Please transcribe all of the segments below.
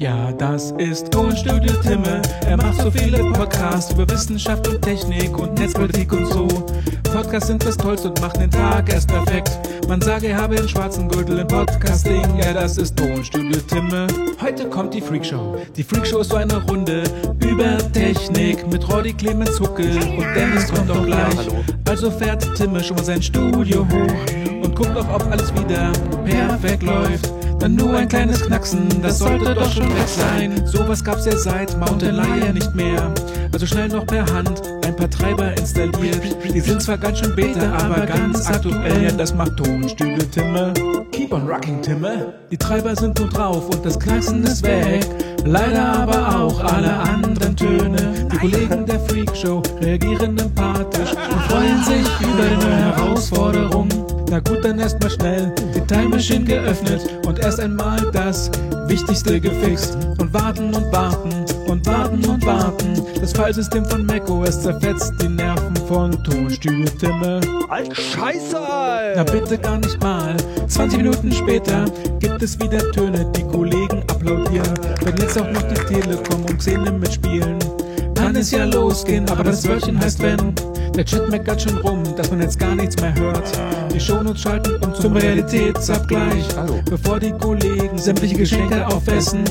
Ja, das ist Tonstudio Timme. Er macht so viele Podcasts über Wissenschaft und Technik und Netzpolitik und so. Podcasts sind das Tollste und machen den Tag erst perfekt. Man sage, er habe einen schwarzen Gürtel im Podcasting. Ja, das ist Tonstudio Timme. Heute kommt die Freakshow. Die Freakshow ist so eine Runde über Technik mit Roddy Clemens Hucke und Dennis kommt auch gleich. Also fährt Timme schon mal sein Studio hoch und guckt auch, ob alles wieder perfekt läuft. Dann nur ein kleines Knacksen, das sollte doch schon weg sein. Sowas gab's ja seit Mountain Lion nicht mehr. Also schnell noch per Hand ein paar Treiber installiert. Die sind zwar ganz schön beta, aber ganz aktuell. Ja, das macht Tonstühle Timme. Keep on rocking Timme. Die Treiber sind nun drauf und das Knacksen ist weg. Leider aber auch alle anderen Töne. Die Kollegen der Freakshow reagieren empathisch und freuen sich über die neue Herausforderung. Na gut, dann erstmal schnell die Time Machine geöffnet und erst einmal das Wichtigste gefixt. Und warten und warten und warten und warten. Das Fallsystem von macOS zerfetzt die Nerven von Tonstudio Timme. Alt Scheiße! Na bitte gar nicht mal. 20 Minuten später gibt es wieder Töne, die Kollegen applaudieren. Wenn jetzt auch noch die Telekom und Xene mitspielen, kann es ja losgehen, aber das Wörtchen heißt wenn. Der Chat meckert schon rum, dass man jetzt gar nichts mehr hört. Die Shownotes schalten um zum Realitätsabgleich. Bevor die Kollegen sämtliche Geschenke aufessen,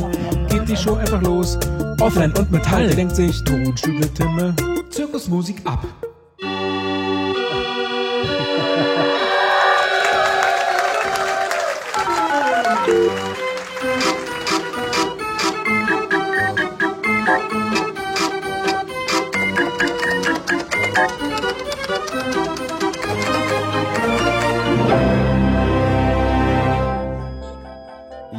geht die Show einfach los. Offline und Metall denkt sich Tonstühle Timme. Zirkusmusik ab.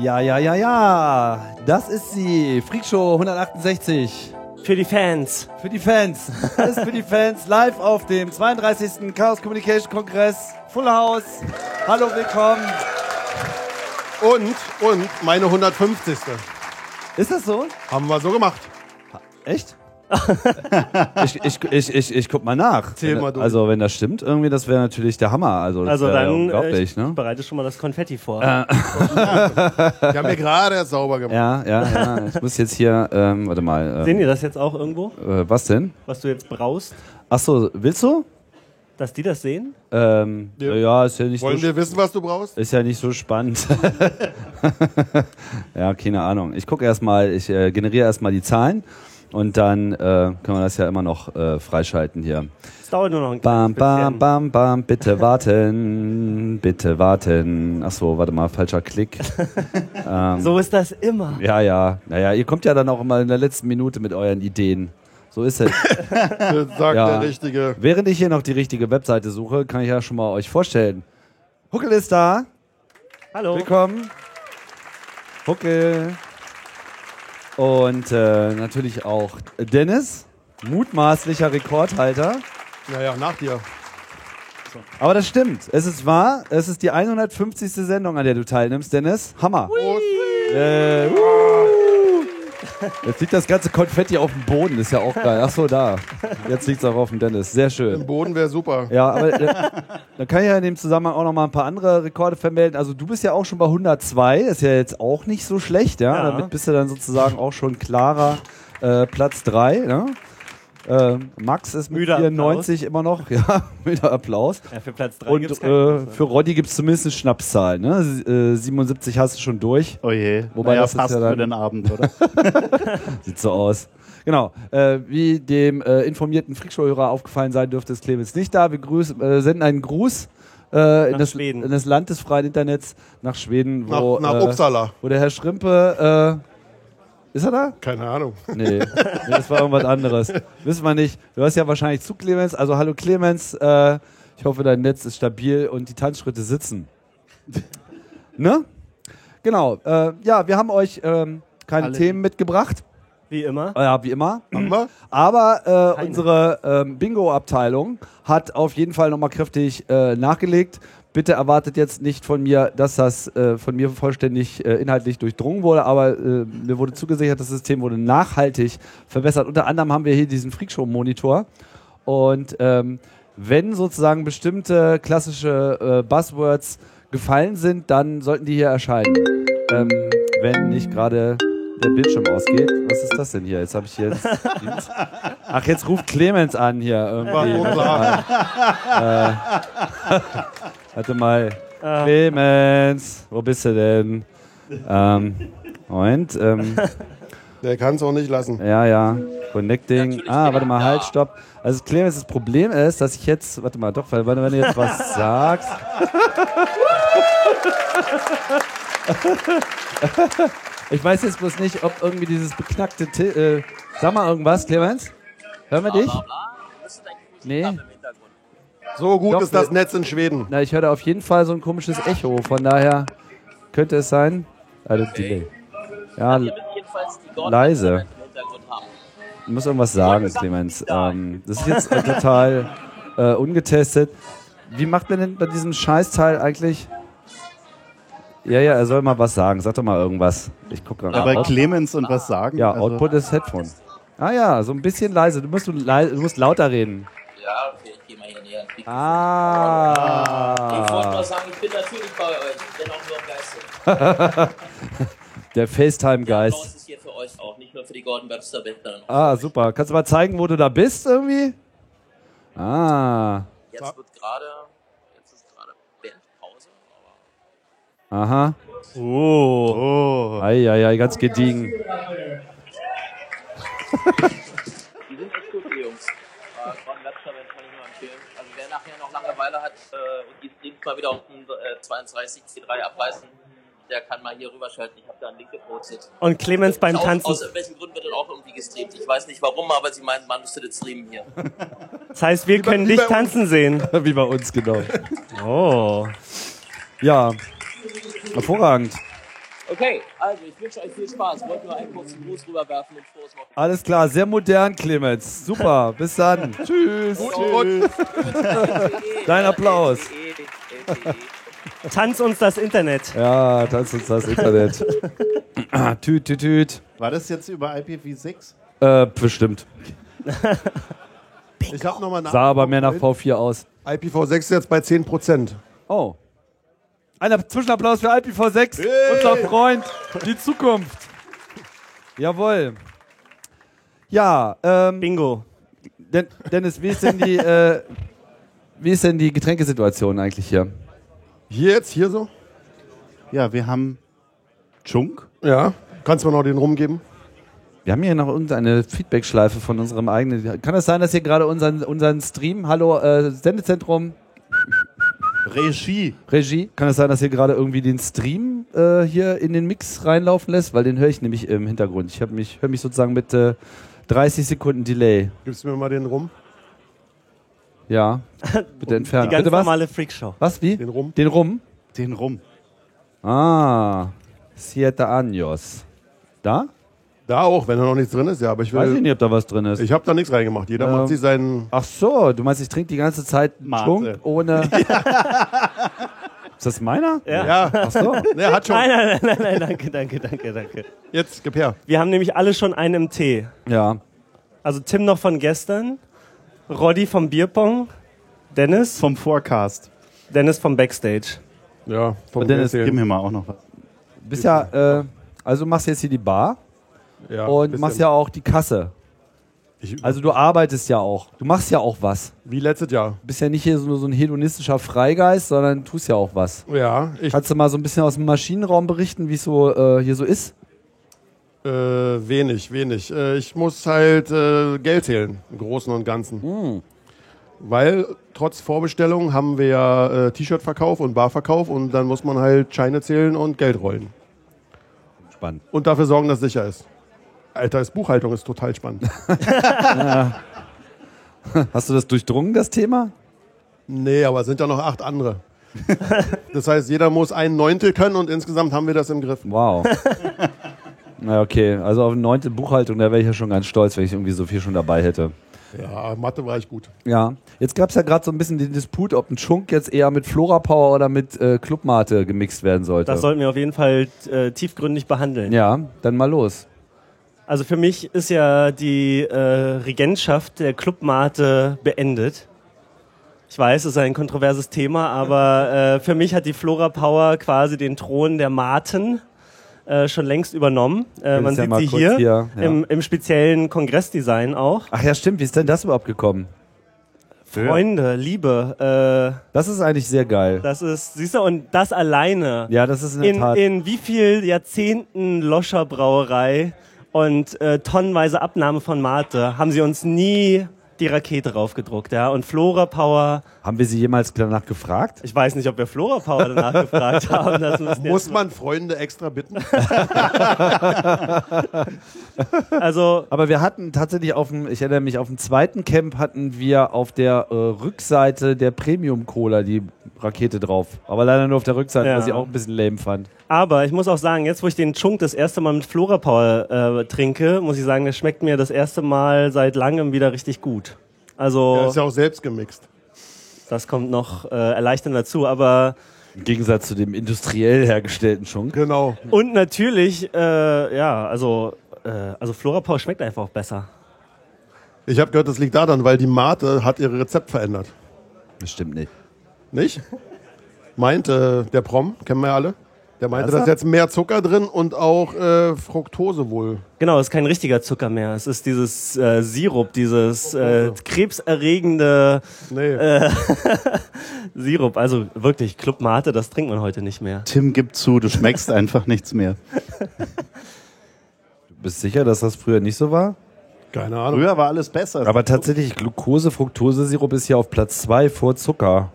Ja, ja, ja, ja. Das ist sie. Freakshow 168. Für die Fans. Für die Fans. Das ist für die Fans live auf dem 32. Chaos Communication Kongress. Full House. Hallo, willkommen. Und, und meine 150. Ist das so? Haben wir so gemacht. Echt? ich, ich, ich, ich, ich guck mal nach. Zähl Wenn- mal durch. Also, wenn das stimmt, irgendwie, das wäre natürlich der Hammer. Also, das Also wäre dann äh, unglaublich, ich ne? bereite schon mal das Konfetti vor. Die haben wir gerade erst sauber gemacht. Ja, ja, ja. Ich muss jetzt hier, ähm, warte mal. Sehen die das jetzt auch irgendwo, äh, äh, was denn? was du jetzt brauchst, Ach so, willst du? dass die das sehen? Ähm, ja. Ja. ist ja nicht so Wollen wir wissen, was du brauchst? Ist ja nicht so spannend. ja, keine Ahnung. Ich gucke erstmal, ich äh, generiere erstmal die Zahlen und dann äh, können wir das ja immer noch äh, freischalten hier. Es dauert nur noch ein Bam, kleines bam, bisschen. bam, bam, bitte warten, bitte warten. Ach so, warte mal, falscher Klick. So ist das immer. Ja, ja, naja, ihr kommt ja dann auch immer in der letzten Minute mit euren Ideen. So ist es. Das sagt Ja. der Richtige. Während ich hier noch die richtige Webseite suche, kann ich ja schon mal euch vorstellen. Huckel ist da. Hallo. Willkommen. Hucke. Und äh, natürlich auch Dennis, mutmaßlicher Rekordhalter. Naja, nach dir. Aber das stimmt, es ist wahr, es ist die 150. Sendung, an der du teilnimmst, Dennis. Hammer. Prost. Äh, wuhu. Jetzt liegt das ganze Konfetti auf dem Boden, ist ja auch geil. Ach so, da. Jetzt liegt es auch auf dem Dennis. Sehr schön. Im Boden wäre super. Ja, aber äh, dann kann ich ja in dem Zusammenhang auch noch mal ein paar andere Rekorde vermelden. Also du bist ja auch schon bei 102, ist ja jetzt auch nicht so schlecht, ja. Ja. Damit bist du dann sozusagen auch schon klarer äh, Platz 3, ne? Äh, Max ist mit Müder 94 immer noch, ja, müder Applaus. Ja, für Platz 3 Und gibt's äh, keinen. für Roddy gibt's zumindest eine Schnapszahl, ne? Sie- Äh, 77 hast du schon durch. Oh je. Wobei, naja, das ist passt ja dann- für den Abend, oder? Sieht so aus. Genau. Äh, wie dem äh, informierten Freakshow-Hörer aufgefallen sein dürfte, ist Clemens nicht da. Wir grüßen, äh, senden einen Gruß äh, in, Nach das, Schweden. in das Land des freien Internets nach Schweden, wo, nach, nach äh, Uppsala. wo der Herr Schrimpe. Äh, ist er da? Keine Ahnung. Nee. nee, das war irgendwas anderes. Wissen wir nicht. Du hast ja wahrscheinlich zu Clemens. Also, hallo Clemens. Äh, ich hoffe, dein Netz ist stabil und die Tanzschritte sitzen. ne? Genau. Äh, ja, wir haben euch ähm, keine Alle- Themen mitgebracht. Wie immer. Ja, wie immer. Haben wir? Aber äh, unsere ähm, Bingo-Abteilung hat auf jeden Fall nochmal kräftig äh, nachgelegt. Bitte erwartet jetzt nicht von mir, dass das äh, von mir vollständig äh, inhaltlich durchdrungen wurde, aber äh, mir wurde zugesichert, das System wurde nachhaltig verbessert. Unter anderem haben wir hier diesen Freakshow-Monitor. Und ähm, wenn sozusagen bestimmte klassische äh, Buzzwords gefallen sind, dann sollten die hier erscheinen. Ähm, wenn nicht gerade der Bildschirm ausgeht. Was ist das denn hier? Jetzt habe ich hier. Jetzt Ach, jetzt ruft Clemens an hier. War Irgendwie. nur klar. Warte mal. Clemens, wo bist du denn? Ähm, Moment. Ähm, Der kann es auch nicht lassen. ja, ja. Connecting. Natürlich ah, warte mal, wieder. halt, Ja. stopp. Also Clemens, das Problem ist, dass ich jetzt. Warte mal, doch, weil wenn wenn du jetzt was sagst. ich weiß jetzt bloß nicht, ob irgendwie dieses beknackte. Ti- Äh, sag mal irgendwas, Clemens. Hören wir dich? Das ist ein cooles Nee. Klapp im Hintergrund. So gut Doch, ist das wir- Netz in Schweden. Na, ich höre da auf jeden Fall so ein komisches Echo. Von daher könnte es sein. Also, Delay. Ja, Ihr müsst jedenfalls die Gordon Leise. Level im Hintergrund haben. Du musst irgendwas sagen, Clemens. Ähm, das ist jetzt äh, total äh, ungetestet. Wie macht man denn bei diesem Scheißteil eigentlich? Ja, ja, er soll mal was sagen. Sag doch mal irgendwas. Ich gucke mal. Bei Out- Clemens und was sagen? ja, Also, Output ist Headphone. Ah ja, so ein bisschen leise. Du musst, du lei- du musst lauter reden. Ja, okay, ich gehe mal hier näher. Ich, Ah. ich wollte Ah, nur sagen, ich bin natürlich bei euch, wenn auch nur im Geiste. der Applaus FaceTime-Geist. ist hier für euch auch, nicht nur für die Gordon Webster Bänder. Ah, super. Kannst du mal zeigen, wo du da bist irgendwie? Ah, Jetzt wird gerade, jetzt ist gerade Bandpause. aha. Oh. Eieiei, ganz gediegen. Die sind echt gut, die Jungs. Äh, Gordon Webster Band kann ich nur empfehlen. Also wer nachher noch Langeweile hat äh, und die Streams mal wieder auf den äh, 32 C3 abreißen, der kann mal hier rüberschalten. Ich habe da einen Link gepostet. Und Clemens beim aus, Tanzen. aus welchem Grund wird denn auch irgendwie gestreamt? Ich weiß nicht warum, aber sie meinten, man müsste das streamen hier. Das heißt, wir können dich tanzen sehen. Wie bei uns, genau. Oh. Ja, hervorragend. Okay, also ich wünsche euch viel Spaß. Wollte nur einen kurzen Gruß rüberwerfen und frohes Wochenende. Alles klar, sehr modern, Clemens. Super, bis dann. Tschüss. Dein Applaus. Tanz uns das Internet. Ja, tanzt uns das Internet. tüt, tüt, tüt. War das jetzt über IPv6? Äh, bestimmt. Ich habe nochmal nach. Sah aber mehr nach V4 aus. IPv6 ist jetzt bei 10%. Oh. Ein Zwischenapplaus für IPv6, unser Freund, die Zukunft. Jawohl. Ja, ähm, Bingo. Den, Dennis, wie ist denn die, äh, wie ist denn die Getränkesituation eigentlich hier? Hier jetzt, hier so? ja, wir haben Chunk. Ja. Kannst du mir noch den rumgeben? Wir haben hier noch irgendeine Feedback-Schleife von unserem eigenen. Kann das sein, dass hier gerade unseren, unseren Stream, hallo, äh, Sendezentrum, Regie. Regie, kann es das sein, dass hier gerade irgendwie den Stream äh, hier in den Mix reinlaufen lässt? Weil den höre ich nämlich im Hintergrund. Ich hab mich, höre mich sozusagen mit äh, 30 Sekunden Delay. Gibst du mir mal den rum? Ja, bitte Die entfernen. ganz Bitte was? normale Freakshow. Was, wie? Den rum? Den rum? Den rum. Ah, Siete Años. Da? Da auch, wenn da noch nichts drin ist, ja, aber ich Weiß ich will. nicht, ob da was drin ist. Ich habe da nichts reingemacht. Jeder Ähm. macht sich seinen. Ach so, du meinst, ich trinke die ganze Zeit einen Mate. Trunk ohne. ist das meiner? Ja. Ja, Ach so. ne, hat schon. Nein, nein, nein, nein, nein, danke, danke, danke, danke. Jetzt, gib her. Wir haben nämlich alle schon einen im Tee. Ja. Also Tim noch von gestern, Roddy vom Bierpong, Dennis, Vom Forecast. Dennis vom Backstage. Ja, vom Und Dennis, Geld Gib her. mir mal auch noch was. Bist ja, äh, also machst jetzt hier die Bar ja, und bisschen. machst ja auch die Kasse. Ich, Also du arbeitest ja auch. Du machst ja auch was. wie letztes Jahr. Du bist ja nicht hier so, so ein hedonistischer Freigeist, sondern tust ja auch was. Ja, ich. Kannst du mal so ein bisschen aus dem Maschinenraum berichten, wie es so äh, hier so ist? Äh, wenig, wenig. Äh, ich muss halt äh, Geld zählen, im Großen und Ganzen. Weil trotz Vorbestellung haben wir ja äh, T-Shirt-Verkauf und Barverkauf und dann muss man halt Scheine zählen und Geld rollen. Spannend. Und dafür sorgen, dass sicher ist. Alter, das Buchhaltung ist total spannend. Hast du das durchdrungen, das Thema? nee, aber es sind ja noch acht andere. das heißt, jeder muss ein Neuntel können und insgesamt haben wir das im Griff. Wow. Na okay, also auf eine neunte Buchhaltung, da wäre ich ja schon ganz stolz, wenn ich irgendwie so viel schon dabei hätte. Ja, Mathe war ich gut. Ja, jetzt gab es ja gerade so ein bisschen den Disput, ob ein Chunk jetzt eher mit Flora Power oder mit äh, Clubmate gemixt werden sollte. Das sollten wir auf jeden Fall äh, tiefgründig behandeln. ja, dann mal los. Also für mich ist ja die äh, Regentschaft der Clubmate beendet. Ich weiß, es ist ein kontroverses Thema, aber äh, für mich hat die Flora Power quasi den Thron der Maten äh, schon längst übernommen. Äh, man ja sieht mal sie kurz hier, hier, ja. Im, im speziellen Kongressdesign auch. Ach ja, stimmt. Wie ist denn das überhaupt gekommen? Freunde, Liebe, äh, Das ist eigentlich sehr geil. das ist, siehst du, und das alleine. Ja, das ist in der in, Tat. in wie viel Jahrzehnten Loscher Brauerei und äh, tonnenweise Abnahme von Mate haben sie uns nie die Rakete raufgedruckt, ja. Und Flora Power, Haben wir sie jemals danach gefragt? ich weiß nicht, ob wir Flora Power danach gefragt haben. Das müssen Muss jetzt, man Freunde extra bitten? also Aber wir hatten tatsächlich auf dem, ich erinnere mich, auf dem zweiten Camp hatten wir auf der äh, Rückseite der Premium Cola die Rakete drauf. Aber leider nur auf der Rückseite, Ja. was ich auch ein bisschen lame fand. Aber ich muss auch sagen, jetzt wo ich den Chunk das erste Mal mit Flora Power äh, trinke, muss ich sagen, das schmeckt mir das erste Mal seit langem wieder richtig gut. Ja, Also ist ja auch selbst gemixt. das kommt noch äh, erleichternd dazu, aber Im Gegensatz zu dem industriell hergestellten Schunk. Genau. und natürlich, äh, ja, also, äh, also Flora Power schmeckt einfach auch besser. Ich habe gehört, das liegt daran, weil die Mate hat ihr Rezept verändert. Das stimmt nicht. Nicht? Meint äh, der Prom, kennen wir ja alle. Der meinte, da ist Ernsthaft? jetzt mehr Zucker drin und auch äh, Fructose wohl. Genau, es ist kein richtiger Zucker mehr. Es ist dieses äh, Sirup, dieses äh, krebserregende Nee. Äh. Sirup. Also wirklich, Club Mate, das trinkt man heute nicht mehr. Tim gibt zu, du schmeckst einfach nichts mehr. Du bist sicher, dass das früher nicht so war? Keine Ahnung. Früher war alles besser. Aber tatsächlich, Glucose, Fructose-Sirup ist hier auf Platz 2 vor Zucker.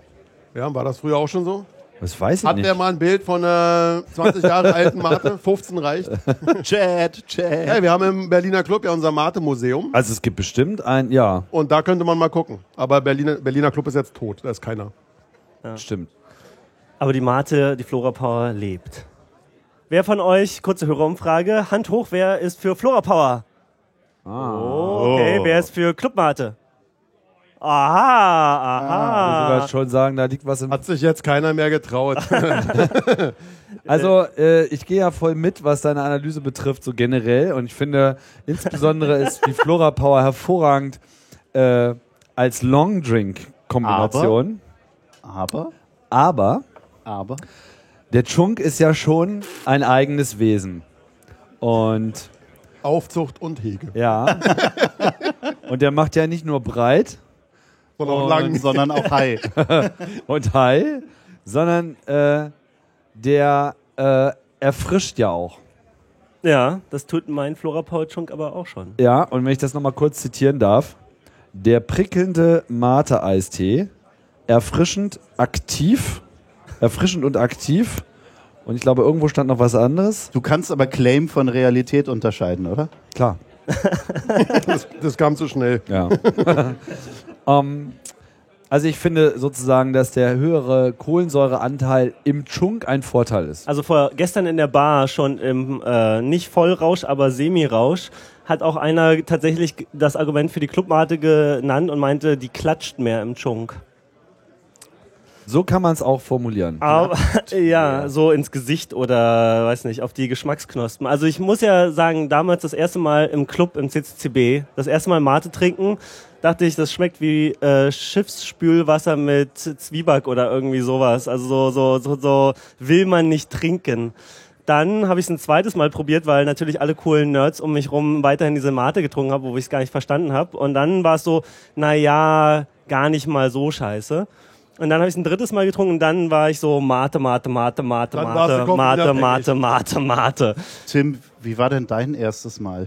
Ja, war das früher auch schon so? Das weiß ich Hat nicht. wer mal ein Bild von einer 20 Jahre alten Mate? 15 reicht. Chat, Chat. Hey, wir haben im Berliner Club ja unser Mate-Museum. also es gibt bestimmt ein, ja, Und da könnte man mal gucken. Aber Berliner, Berliner Club ist jetzt tot. Da ist keiner. stimmt. Aber die Mate, die Flora Power lebt. Wer von euch, kurze Hörerumfrage, Hand hoch, wer ist für Flora Power? Oh, okay, wer ist für Club Mate? Ich würde Aha, aha. sogar schon sagen, da liegt was im Ah. Hat sich jetzt keiner mehr getraut. Also äh, ich gehe ja voll mit, was deine Analyse betrifft, so generell. Und ich finde, insbesondere ist die Flora Power hervorragend äh, als Long Drink Kombination. Aber, Aber, aber. der Chunk ist ja schon ein eigenes Wesen. Und Aufzucht und Hege. ja. und der macht ja nicht nur breit Und auch lang. sondern auch high. und heil, sondern äh, der äh, erfrischt ja auch. Ja, das tut mein Flora Power Chunk aber auch schon. Ja, und wenn ich das nochmal kurz zitieren darf. Der prickelnde Mate-Eistee, erfrischend, aktiv, erfrischend und aktiv. Und ich glaube, irgendwo stand noch was anderes. Du kannst aber Claim von Realität unterscheiden, oder? Klar. Das, das kam zu schnell. Ja. ähm, also ich finde sozusagen, dass der höhere Kohlensäureanteil im Chunk ein Vorteil ist. Also vor gestern in der Bar schon im äh, nicht Vollrausch, aber Semirausch hat auch einer tatsächlich g- das Argument für die Clubmate genannt und meinte, die klatscht mehr im Chunk. So kann man es auch formulieren. Aber ja, so ins Gesicht oder weiß nicht, auf die Geschmacksknospen. Also ich muss ja sagen, damals das erste Mal im Club im CCCB, das erste Mal Mate trinken, dachte ich, das schmeckt wie äh, Schiffsspülwasser mit Zwieback oder irgendwie sowas. Also so so so, so will man nicht trinken. Dann habe ich es ein zweites Mal probiert, weil natürlich alle coolen Nerds um mich rum weiterhin diese Mate getrunken haben, wo ich es gar nicht verstanden habe. Und dann war es so, na ja, gar nicht mal so scheiße. Und dann habe ich ein drittes Mal getrunken und dann war ich so Mate, Mate, Mate, Mate, Dann warst du Mate, komplett Mate, abhängig. Mate, Mate, Mate. Tim, wie war denn dein erstes Mal?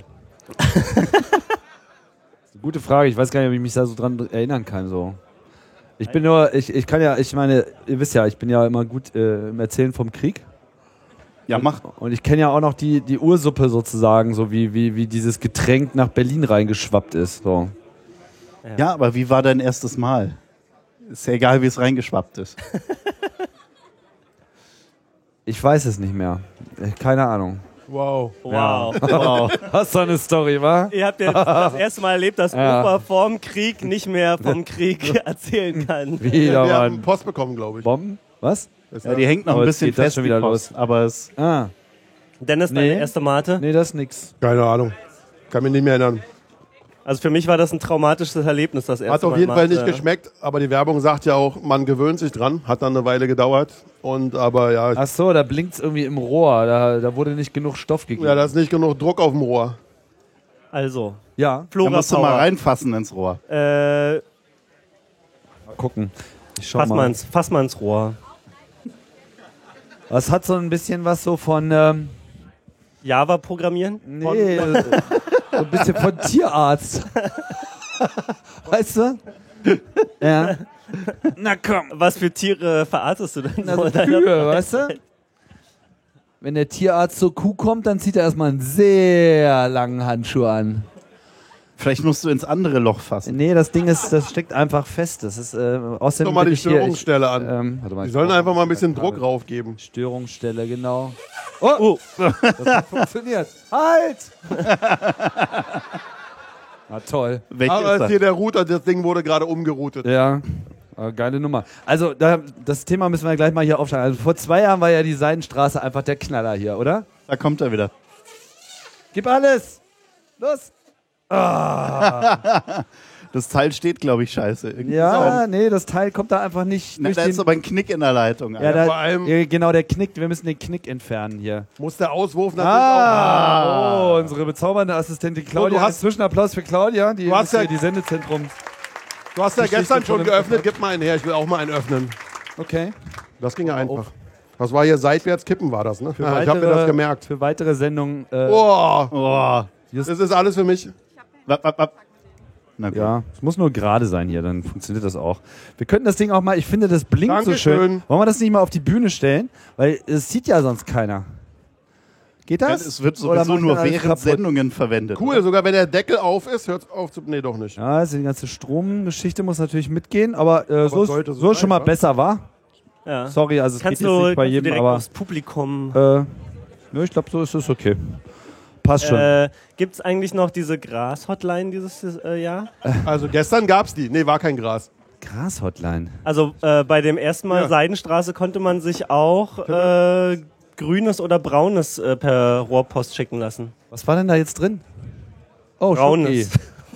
Gute Frage. Ich weiß gar nicht, ob ich mich da so dran erinnern kann. So. Ich bin nur, ich, ich kann ja, ich meine, ihr wisst ja, ich bin ja immer gut äh, im Erzählen vom Krieg. Ja, mach. Und ich kenne ja auch noch die, die Ursuppe sozusagen, so wie, wie, wie dieses Getränk nach Berlin reingeschwappt ist. So. Ja, aber wie war dein erstes Mal? Ist ja egal, wie es reingeschwappt ist. Ich weiß es nicht mehr. Äh, Keine Ahnung. Wow. Wow. Wow. Was für eine Story, wa? Ihr habt jetzt das erste Mal erlebt, dass Ja. Opa vorm Krieg nicht mehr vom Krieg erzählen kann. Wieder mal wir haben Post bekommen, glaube ich. Bomben? Was? Ja, die hängt noch Aber ein jetzt bisschen geht das fest schon wieder die Post, los. aber es Ah, Dennis, deine Nee. erste Mate? nee, das ist nix. Keine Ahnung. Kann mich nicht mehr erinnern. Also für mich war das ein traumatisches Erlebnis, das erste Hat auf Mal jeden Fall Mate. nicht geschmeckt, aber die Werbung sagt ja auch, man gewöhnt sich dran. Hat dann eine Weile gedauert. Und aber ja, Ach so, da blinkt es irgendwie im Rohr. Da, da wurde nicht genug Stoff gegeben. ja, da ist nicht genug Druck auf dem Rohr. Also, ja. Da Flora musst du mal Power. reinfassen ins Rohr. Äh, Mal gucken. Ich schau fass mal mal. ins, fass mal ins Rohr. Das hat so ein bisschen was so von. Ähm, Java programmieren? nee, so ein bisschen von Tierarzt. weißt du? Ja. Na komm. Was für Tiere verarztest du denn? so Also in deiner- Kühe, weißt du? Wenn der Tierarzt zur Kuh kommt, dann zieht er erstmal einen sehr langen Handschuh an. Vielleicht musst du ins andere Loch fassen. Nee, das Ding ist, das steckt einfach fest. Das ist äh, außerdem. Guck mal bin die ich hier- ich- Störungsstelle an. Ähm, warte mal, Die ich sollen brauch- einfach mal ein bisschen Druck raufgeben. Störungsstelle, genau. Oh! Das hat funktioniert. Halt! Na toll. Weg Aber ist ist er. Ah, hier der Router, das Ding wurde gerade umgeroutet. Ja, äh, geile Nummer. Also, da, das Thema müssen wir gleich mal hier aufschlagen. Also, vor zwei Jahren war ja die Seidenstraße einfach der Knaller hier, oder? Da kommt er wieder. Gib alles! Los! Das Teil steht, glaube ich, scheiße. Irgendwie Ja, so. nee, das Teil kommt da einfach nicht. Na, durch da den- ist aber ein Knick in der Leitung. ja, Alter. da, vor allem- ja, genau, der knickt. Wir müssen den Knick entfernen hier. Muss der Auswurf natürlich Ah, oh, unsere bezaubernde Assistentin Claudia. Oh, du hast- Zwischenapplaus für Claudia, die, Du hast ist hier ja- die Sendezentrum. auch. Du hast ja Geschichte gestern von schon dem- geöffnet, gib mal einen her, ich will auch mal einen öffnen. Okay. Das ging ja einfach. Das war hier seitwärts kippen, war das, ne? Ja, ich habe mir Weitere- das gemerkt. Für weitere Sendungen. Äh, Boah, Oh. das ist alles für mich. Wap, wap, wap. Na gut. Ja, es muss nur gerade sein hier, dann funktioniert das auch. Wir könnten das Ding auch mal, ich finde, das blinkt so Dankeschön. schön. Wollen wir das nicht mal auf die Bühne stellen? Weil es sieht ja sonst keiner. Geht Denn das? Es wird Oder sowieso macht nur man alles während kaputt? Sendungen verwendet. ne? Cool, sogar wenn der Deckel auf ist, hört's auf zu. Nee, doch nicht. Ja, also die ganze Stromgeschichte muss natürlich mitgehen, aber, äh, so, ist, sollte so, so ist schon sein, mal wa? besser, war? Ja. Sorry, also es Kannst geht jetzt du nicht bei kannst du jedem, direkt aber aufs Publikum. äh, ne, ich glaube, so ist es okay. Passt schon. Äh, Gibt es eigentlich noch diese Gras-Hotline dieses äh, Jahr? Also gestern gab's die. Nee, war kein Gras. Grashotline. Also äh, bei dem ersten Mal Ja. Seidenstraße konnte man sich auch äh, grünes oder braunes äh, per Rohrpost schicken lassen. Was war denn da jetzt drin? Oh, Braunes.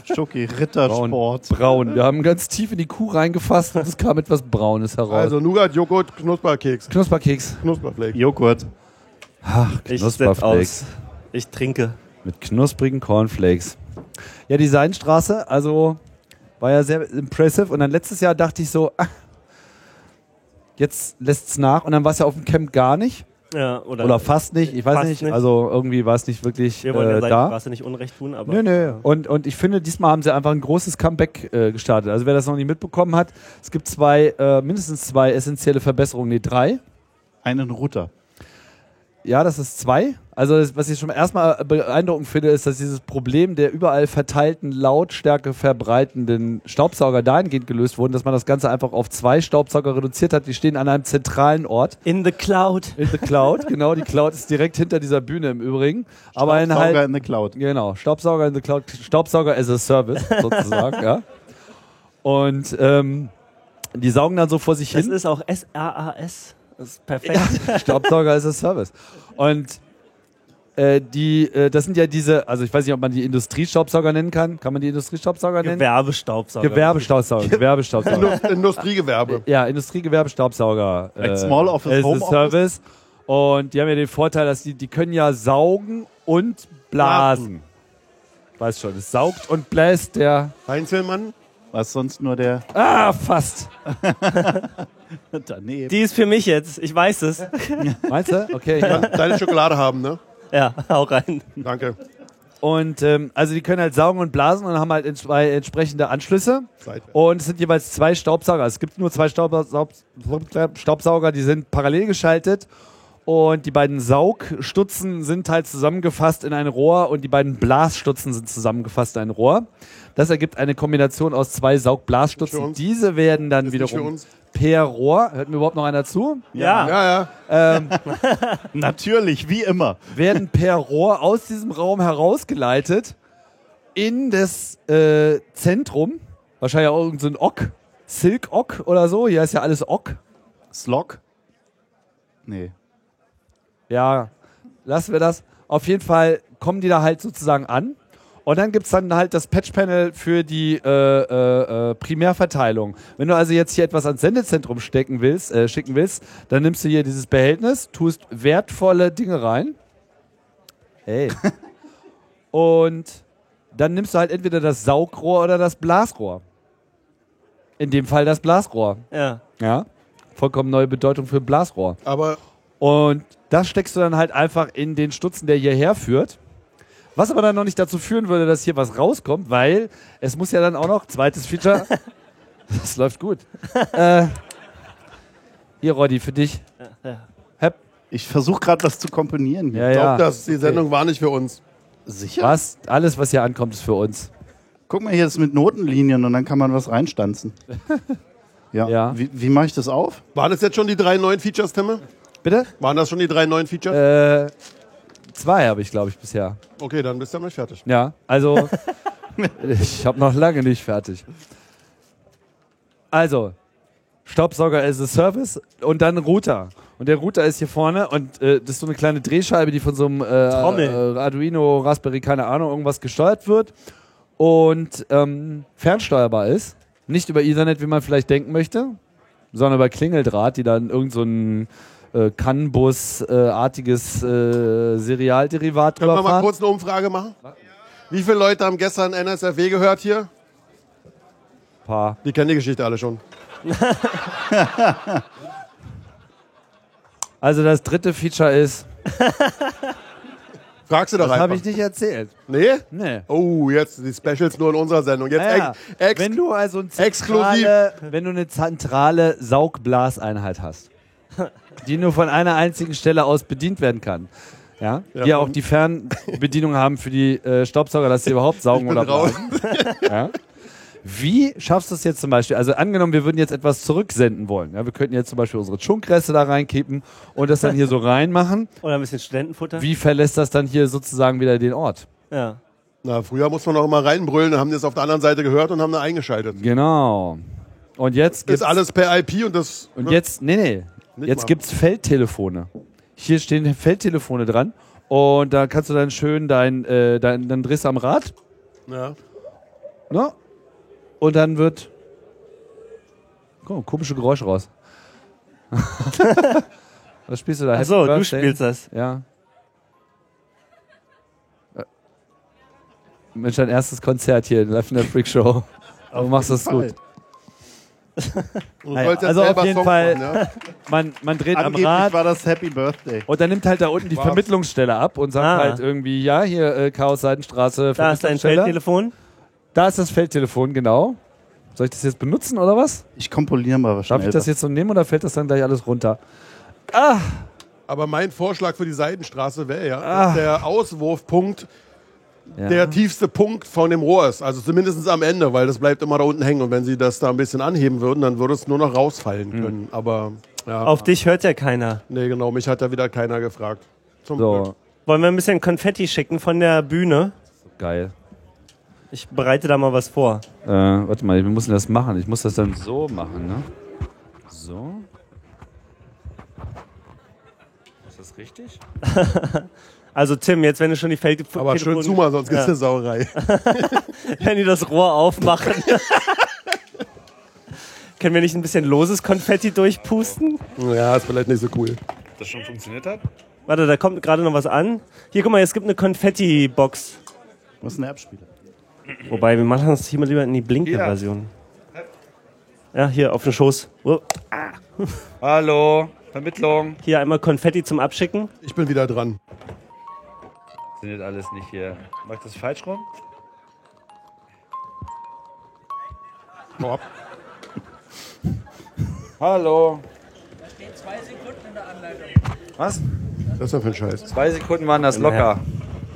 Schoki. Schoki, Braun. Rittersport. Braun. Wir haben ganz tief in die Kuh reingefasst und es kam etwas Braunes heraus. Also Nougat, Joghurt, Knusperkeks, Knusperkeks. Knusperflake. Joghurt. Ich setz Knusperflakes. aus. Ich trinke. Mit knusprigen Cornflakes. Ja, die Seinstraße, also war ja sehr impressive. Und dann letztes Jahr dachte ich so, ah, jetzt lässt's nach. Und dann war es ja auf dem Camp gar nicht. Ja, oder, Oder fast nicht. Ich weiß Fast nicht. nicht. Also irgendwie war es nicht wirklich wir wollen der äh, da. Seidenstraße nicht Unrecht tun, aber Nö, nö. Und, und ich finde, diesmal haben sie einfach ein großes Comeback äh, gestartet. Also wer das noch nicht mitbekommen hat, es gibt zwei, äh, mindestens zwei essentielle Verbesserungen. Nee, drei. Einen Router. Ja, das ist zwei. Also, das, was ich schon erstmal beeindruckend finde, ist, dass dieses Problem der überall verteilten, Lautstärke verbreitenden Staubsauger dahingehend gelöst wurden, dass man das Ganze einfach auf zwei Staubsauger reduziert hat. Die stehen an einem zentralen Ort. in the cloud. In the Cloud, genau. Die Cloud ist direkt hinter dieser Bühne im Übrigen. Aber ein Sauger halt. in der Cloud. Genau, Staubsauger in the Cloud, Staubsauger as a Service sozusagen, ja. Und ähm, die saugen dann so vor sich Das hin. ist auch S-R-A-S. Das ist perfekt. Staubsauger ist ein Service. Und äh, die, äh, das sind ja diese, also ich weiß nicht, ob man die Industriestaubsauger nennen kann. Kann man die Industriestaubsauger nennen? Gewerbestaubsauger. Gewerbestaubsauger. Gewerbestaubsauger. Indu- Industriegewerbe. ja, Industriegewerbestaubsauger. äh, Like Small Office, as a Home Office. Service. Und die haben ja den Vorteil, dass die, die können ja saugen und blasen. Weiß schon, es saugt und bläst der. Heinz Hillmann? Was sonst nur der Ah, fast. daneben. Die ist für mich jetzt. Ich weiß es. Meinst du? Okay, ja. Deine Schokolade haben, ne? Ja, hau rein. Danke. Und ähm, also die können halt saugen und blasen und haben halt ents- zwei entsprechende Anschlüsse. Seitwärts. Und es sind jeweils zwei Staubsauger. Es gibt nur zwei Staub Saub Staubsauger, die sind parallel geschaltet. Und die beiden Saugstutzen sind halt zusammengefasst in ein Rohr und die beiden Blasstutzen sind zusammengefasst in ein Rohr. Das ergibt eine Kombination aus zwei Ist für Saugblasstutzen. uns. Diese werden dann Ist nicht für wiederum uns. per Rohr, hört mir überhaupt noch einer zu, Ja. Ja, ja. Natürlich, wie immer. werden per Rohr aus diesem Raum herausgeleitet in das äh, Zentrum. Wahrscheinlich auch irgendein so ein Ock, Silk Ock oder so. Hier ist ja alles Ock. Slog? Nee. Ja, lassen wir das. Auf jeden Fall kommen die da halt sozusagen an Und dann gibt es dann halt das Patch-Panel für die äh, äh, äh, Primärverteilung. Wenn du also jetzt hier etwas ans Sendezentrum stecken willst, äh, schicken willst, dann nimmst du hier dieses Behältnis, tust wertvolle Dinge rein. Hey. Und dann nimmst du halt entweder das Saugrohr oder das Blasrohr. In dem Fall das Blasrohr. Ja. Ja. Vollkommen neue Bedeutung für Blasrohr. Aber Und das steckst du dann halt einfach in den Stutzen, der hierher führt. Was aber dann noch nicht dazu führen würde, dass hier was rauskommt, weil es muss ja dann auch noch, zweites Feature, das läuft gut. äh, hier, Roddy, für dich. Ich versuche gerade was zu komponieren. hier. Ja, ich ja. glaube, dass die Sendung war nicht für uns. Sicher? Was, alles, was hier ankommt, ist für uns. Guck mal, hier ist mit Notenlinien und dann kann man was reinstanzen. ja. Ja. Wie, wie mache ich das auf? Waren das jetzt schon die drei neuen Features, Timme? Bitte? Waren das schon die drei neuen Features? Äh, zwei habe ich, glaube ich, bisher. Okay, dann bist du damit fertig. Ja, also ich habe noch lange nicht fertig. Also, Staubsauger as a Service und dann Router. Und der Router ist hier vorne und äh, das ist so eine kleine Drehscheibe, die von so einem äh, Trommel. äh, Arduino, Raspberry, keine Ahnung, irgendwas gesteuert wird und ähm, fernsteuerbar ist. Nicht über Ethernet, wie man vielleicht denken möchte, sondern über Klingeldraht, die dann irgend so ein äh, Canbus-artiges äh, Serialderivat Können drüber wir mal fahren. kurz eine Umfrage machen? Wie viele Leute haben gestern NSFW gehört hier? Paar. Die kennen die Geschichte alle schon. Also das dritte Feature ist, Fragst du doch das einfach. habe ich nicht erzählt. Nee? Nee. Oh, jetzt die Specials nur in unserer Sendung. Jetzt Naja, ex ex Ah wenn du also ein exklusiv. zentrale, wenn du eine zentrale Saugblaseinheit hast, die nur von einer einzigen Stelle aus bedient werden kann, ja, Ja, die ja auch und- die Fernbedienung haben für die äh, Staubsauger, dass sie überhaupt saugen bin oder raus. blasen. Ja? Wie schaffst du es jetzt zum Beispiel? Also angenommen, wir würden jetzt etwas zurücksenden wollen. Ja, wir könnten jetzt zum Beispiel unsere Schunkreste da reinkippen und das dann hier so reinmachen. Oder ein bisschen Studentenfutter. Wie verlässt das dann hier sozusagen wieder den Ort? Ja. Na, früher musste man noch immer reinbrüllen, dann haben die es auf der anderen Seite gehört und haben da eingeschaltet. Genau. Und jetzt gibt's, Ist alles per IP und das. und jetzt nee, nee. Nicht Jetzt mal. gibt's Feldtelefone. Hier stehen Feldtelefone dran und da kannst du dann schön dein äh, dein dann drehst du am Rad, Ja. ne? Und dann wird Guck, mal, komische Geräusche raus. Was spielst du da? Achso, Happy du Birthday? spielst das. Ja. Äh, Mensch, dein erstes Konzert hier in Live in der Freak Show. Aber du machst das gut. Du Naja, sollst jetzt also selber auf jeden Songs Fall- machen, ja? Man, man dreht am ne? Angeblich Rad. war das Happy Birthday. Und dann nimmt halt da unten die Was? Vermittlungsstelle ab und sagt Ah. halt irgendwie, ja, hier äh, Chaos Seidenstraße, Da ist dein Vermittlungsstelle. Feldtelefon. Da ist das Feldtelefon, genau. Soll ich das jetzt benutzen oder was? Ich komponiere mal was Darf ich schnell. das jetzt so nehmen oder fällt das dann gleich alles runter? Aber mein Vorschlag für die Seidenstraße wäre ja, dass der Auswurfpunkt Ah. Ja. der tiefste Punkt von dem Rohr ist. Also zumindest am Ende, weil das bleibt immer da unten hängen. Und wenn sie das da ein bisschen anheben würden, dann würde es nur noch rausfallen Hm. können. Aber ja, Oh. Auf dich hört ja keiner. nee, genau, mich hat da wieder keiner gefragt. Zum Glück. so, Wollen wir ein bisschen Konfetti schicken von der Bühne? geil. Ich bereite da mal was vor. Äh, warte mal, wir müssen das machen. Ich muss das dann so machen, ne? So. Ist das richtig? Also Tim, jetzt wenn du schon die Feldtelefon... Aber schön zu mal, sonst gibt's eine Sauerei. Wenn die das Rohr aufmachen. Können wir nicht ein bisschen loses Konfetti durchpusten? ja, ist vielleicht nicht so cool. das schon funktioniert hat. Warte, da kommt gerade noch was an. Hier, guck mal, es gibt eine Konfetti-Box. Was ist ein Erbspieler? Wobei, wir machen das hier mal lieber in die Blinker-Version. Ja, hier auf den Schoß. Oh, Ah. Hallo, Vermittlung. Hier einmal Konfetti zum Abschicken. Ich bin wieder dran. Funktioniert alles nicht hier. Mach ich das falsch rum? Hau ab. Hallo. Da stehen Das ist ja für ein zwei Sekunden in der Anleitung. Scheiß. Was? Zwei Sekunden waren das locker.